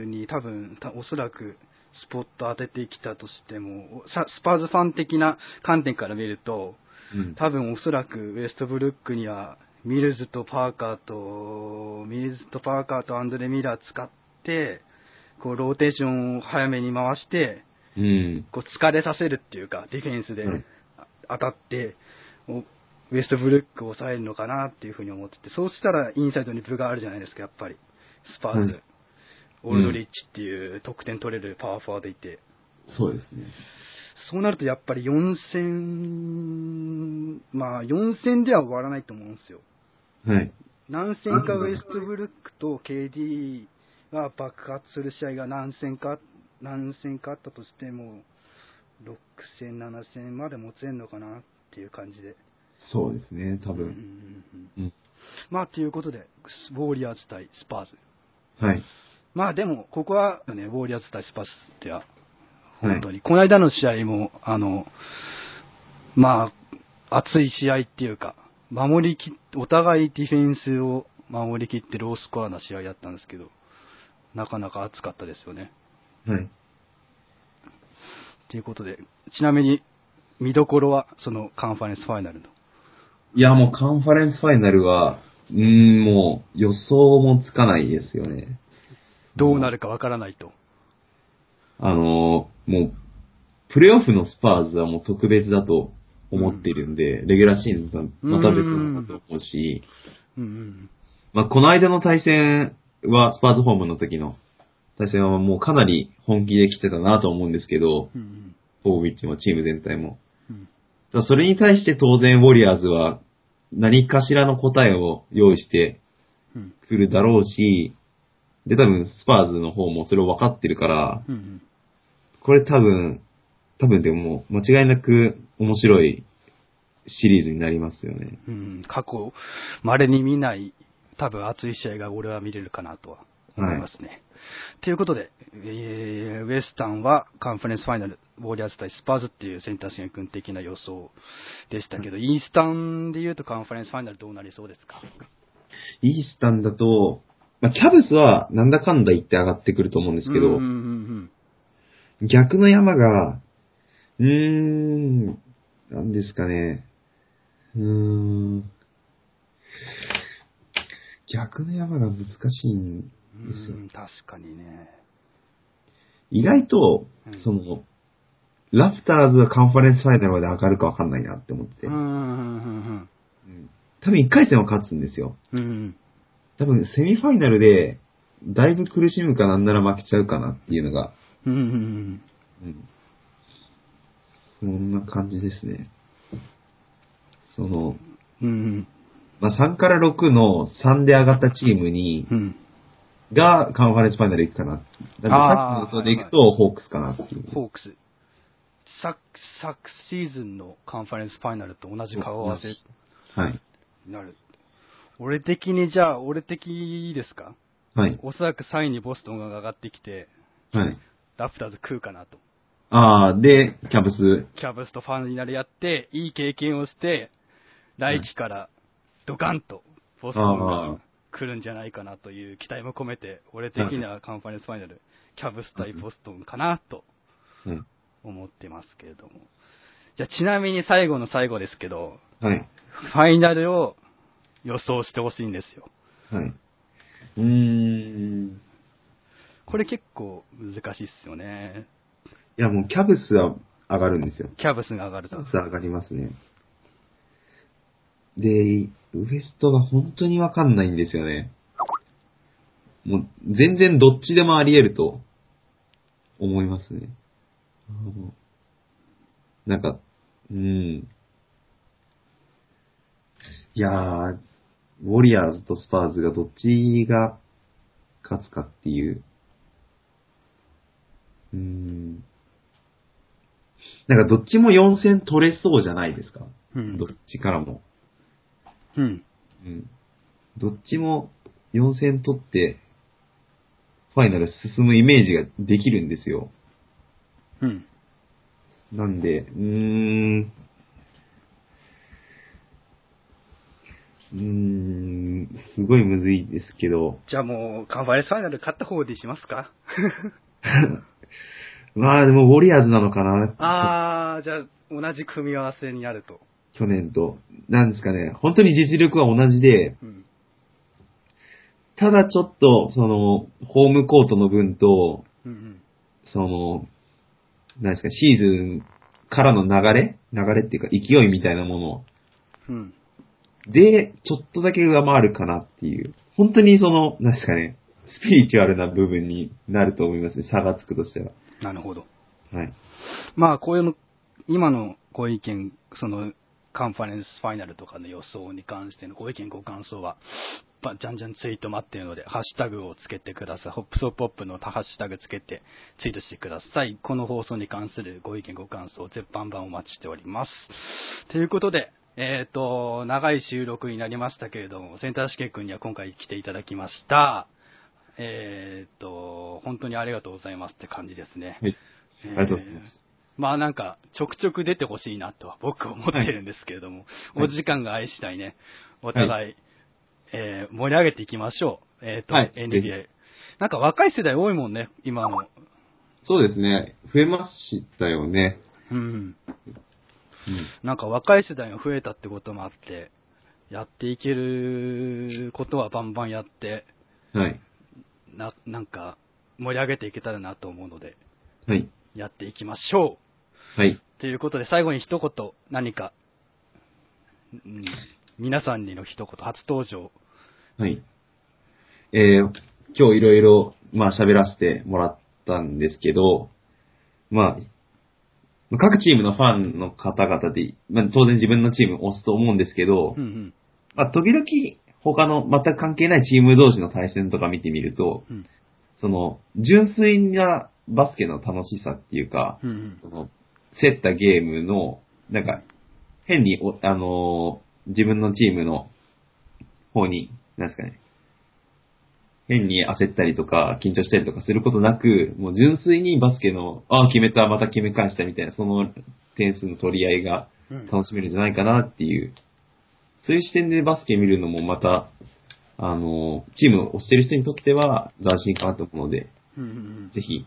S1: クに多分、たおそらく、スポット当ててきたとしても、さスパーズファン的な観点から見ると、
S2: うん
S1: 多分おそらくウェストブルックにはミルズとパーカーと、ミルズとパーカーとアンドレ・ミラー使って、こうローテーションを早めに回して、
S2: うん。
S1: こう疲れさせるっていうか、ディフェンスで
S2: うん
S1: あ当たって、おウェストブルックを抑えるのかなっていうふうに思ってて、そうしたらインサイドに分があるじゃないですか、やっぱり。スパーズ、
S2: うん
S1: オールドリッチっていう得点取れるパワーフォワードいて。
S2: そうですね。
S1: そうなるとやっぱり4戦、まあ4戦では終わらないと思うんですよ。
S2: はい。
S1: 何戦かウェストブルックと KD が爆発する試合が何戦か、何戦かあったとしても、6戦、7戦まで持つれんのかなっていう感じで。
S2: そうですね、多
S1: うんう
S2: 分。
S1: んうん
S2: うん。
S1: まあということで、ウォーリアーズ対スパーズ。
S2: はい。
S1: まあでも、ここはね、ウォーリアーズ対スパーズでは
S2: は
S1: 本
S2: い
S1: 当。に。この間の試合も、あの、まあ、熱い試合っていうか、守りきっ、お互いディフェンスを守りきってロースコアな試合だったんですけど、なかなか熱かったですよね。
S2: はい。
S1: ということで、ちなみに、見どころは、そのカンファレンスファイナルの。
S2: いや、もうカンファレンスファイナルは、うーん、もう予想もつかないですよね。
S1: どうなるかわからないと。
S2: あのーもう、プレイオフのスパーズはもう特別だと思っているんで、レギュラーシーズンとはまた別のだと思うし、
S1: うんうん
S2: まあ、この間の対戦は、スパーズホームの時の対戦はもうかなり本気で来てたなと思うんですけど、
S1: うん。うん
S2: ポービッチもチーム全体も。
S1: うん
S2: ただそれに対して当然ウォリアーズは何かしらの答えを用意して
S1: うん
S2: くるだろうし、で多分スパーズの方もそれを分かってるから、
S1: うんうん
S2: これ多分、多分でも間違いなく面白いシリーズになりますよね。
S1: うん、過去、稀に見ない、多分熱い試合が俺は見れるかなとは思いますね。と、い、うことで、えーウエスタンはカンファレンスファイナル、ウォーリアーズ対スパーズっていうセンター試合君的な予想でしたけど、イースタンで言うとカンファレンスファイナルどうなりそうですか
S2: イースタンだと、まあ、キャブスはなんだかんだ言って上がってくると思うんですけど、
S1: うんうんうん
S2: 逆の山が、うーん、なんですかね。うーん。逆の山が難しいん
S1: うん
S2: ですよ
S1: う。ん確かにね。
S2: 意外と
S1: うん、
S2: その、ラプターズはカンファレンスファイナルまで上がるかわかんないなって思ってて
S1: うん、うんうん
S2: 多分1回戦は勝つんですよ。
S1: うん。うん
S2: 多分セミファイナルで、だいぶ苦しむかなんなら負けちゃうかなっていうのが、
S1: うんうんうん
S2: うんそんな感じですね。その、
S1: うんうん
S2: まあ、3から6の3で上がったチームに、
S1: うんうん
S2: がカンファレンスファイナル行くかな。だから
S1: あー
S2: さっきの予想で行くと、ホークスかなっていう。
S1: ホークス。昨、昨シーズンのカンファレンスファイナルと同じ顔合わせに
S2: はい。
S1: なる。俺的にじゃあ、俺的ですか
S2: はい。
S1: おそらく3位にボストンが上がってきて、
S2: はい。
S1: ラプターズ食うかなと。
S2: あー、で、キャブス。
S1: キャブスとファイナルやって、いい経験をして、来季からドカンとボストン
S2: あ
S1: が
S2: ー
S1: 来るんじゃないかなという期待も込めて、俺的にはカンファレンスファイナル、キャブス対ボストンかなと
S2: うん。
S1: 思ってますけれども。じゃあ、ちなみに最後の最後ですけど、
S2: はい。
S1: ファイナルを予想してほしいんですよ。
S2: はい。うーん。
S1: これ結構難しいっすよね。
S2: いや、もうキャブスは上がるんですよ。
S1: キャブスが上がる
S2: キ
S1: と
S2: ャ。ブスは上がりますね。で、ウエストが本当にわかんないんですよね。もう、全然どっちでもあり得ると、思いますね。あのなんか、うん。いやー、ウォリアーズとスパーズがどっちが勝つかっていう。うん。なんかどっちも4戦取れそうじゃないですか。
S1: うん
S2: どっちからも。
S1: うん。
S2: うん。どっちも4戦取って、ファイナル進むイメージができるんですよ。
S1: うん。
S2: なんで、うーん。うーん、すごいむずいですけど、
S1: じゃあもう、カンファレンスファイナル勝った方でしますか
S2: まあでもウォリアーズなのかな。
S1: あー、 じゃあ、同じ組み合わせになると。
S2: 去年と。なんですかね、本当に実力は同じで、
S1: うん。
S2: ただちょっと、その、ホームコートの分と、
S1: うんうん。
S2: その、なんですか、シーズンからの流れ流れっていうか勢いみたいなも
S1: うん。
S2: ので、ちょっとだけ上回るかなっていう。本当にその、なんですかね、スピリチュアルな部分になると思いますね。差がつくとしては。
S1: なるほど。
S2: はい。
S1: まあ、こういうの、今のご意見、その、カンファレンスファイナルとかの予想に関してのご意見、ご感想は、ばじゃんじゃんツイート待ってるので、ハッシュタグをつけてください。ホップソーポップのハッシュタグつけてツイートしてください。この放送に関するご意見、ご感想、絶版版お待ちしております。ということで、えっ、と、長い収録になりましたけれども、センター試験君には今回来ていただきました。えっ、と、本当にありがとうございますって感じですね。
S2: はい
S1: えー
S2: ありがとうございます。
S1: まあなんか、ちょくちょく出てほしいなとは 僕は思ってるんですけれども、
S2: はい
S1: お時間が合い次第ね、お互い、えー盛り上げていきましょう。えっ、と、
S2: はい
S1: NBA。なんか若い世代多いもんね、今の。
S2: そうですね。増えましたよね。
S1: うん。
S2: うん
S1: なんか若い世代が増えたってこともあって、やっていけることはバンバンやって、
S2: はい。
S1: な、なんか、盛り上げていけたらなと思うので、
S2: はい。
S1: やっていきましょ
S2: はい。
S1: うということで、最後に一言、何か、うん、皆さんにの一言、初登場。
S2: はい。えー、今日いろいろ、まあ喋らせてもらったんですけど、まあ、各チームのファンの方々で、まあ当然自分のチームを押すと思うんですけど、
S1: うんうん。
S2: まあ時々他の全く関係ないチーム同士の対戦とか見てみると、
S1: うん
S2: その、純粋なバスケの楽しさっていうか、
S1: うんうん
S2: その、競ったゲームの、なんか、変にお、あのー自分のチームの方に、なんですかね、変に焦ったりとか、緊張したりとかすることなく、もう純粋にバスケの、ああ、決めた、また決め返したみたいな、その点数の取り合いが
S1: うん
S2: 楽しめるんじゃないかなっていう、そういう視点でバスケ見るのもまた、あのーチームを推してる人にとっては斬新かなと思うので、
S1: うんうん
S2: ぜひ、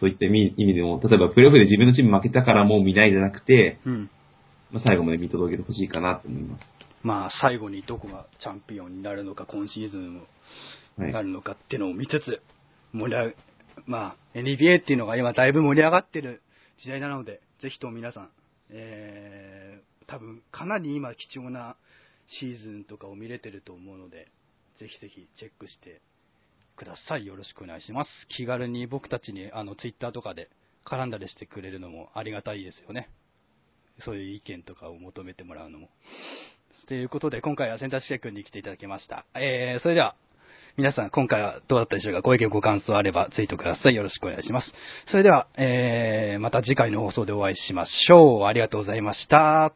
S2: そういった意味意味でも、例えばプレーオフで自分のチーム負けたからもう見ないじゃなくて、
S1: うんうん
S2: まあ、最後まで見届けてほしいかなと思いま
S1: まあ、最後にどこがチャンピオンになるのか、今シーズンも
S2: す。はい。
S1: なるのかっていうのを見つつ、盛り上げまあ、NBA っていうのが今だいぶ盛り上がってる時代なので、ぜひとも皆さん、えー、多分かなり今貴重なシーズンとかを見れてると思うので、ぜひぜひチェックしてください。よろしくお願いします。気軽に僕たちにあの Twitter とかで絡んだりしてくれるのもありがたいですよね。そういう意見とかを求めてもらうのも。ということで、今回はセンター試君に来ていただきました。えー、それでは、皆さん、今回はどうだったでしょうかご意見、ご感想あれば、ツイートください。よろしくお願いします。それでは、えー、また次回の放送でお会いしましょう。ありがとうございました。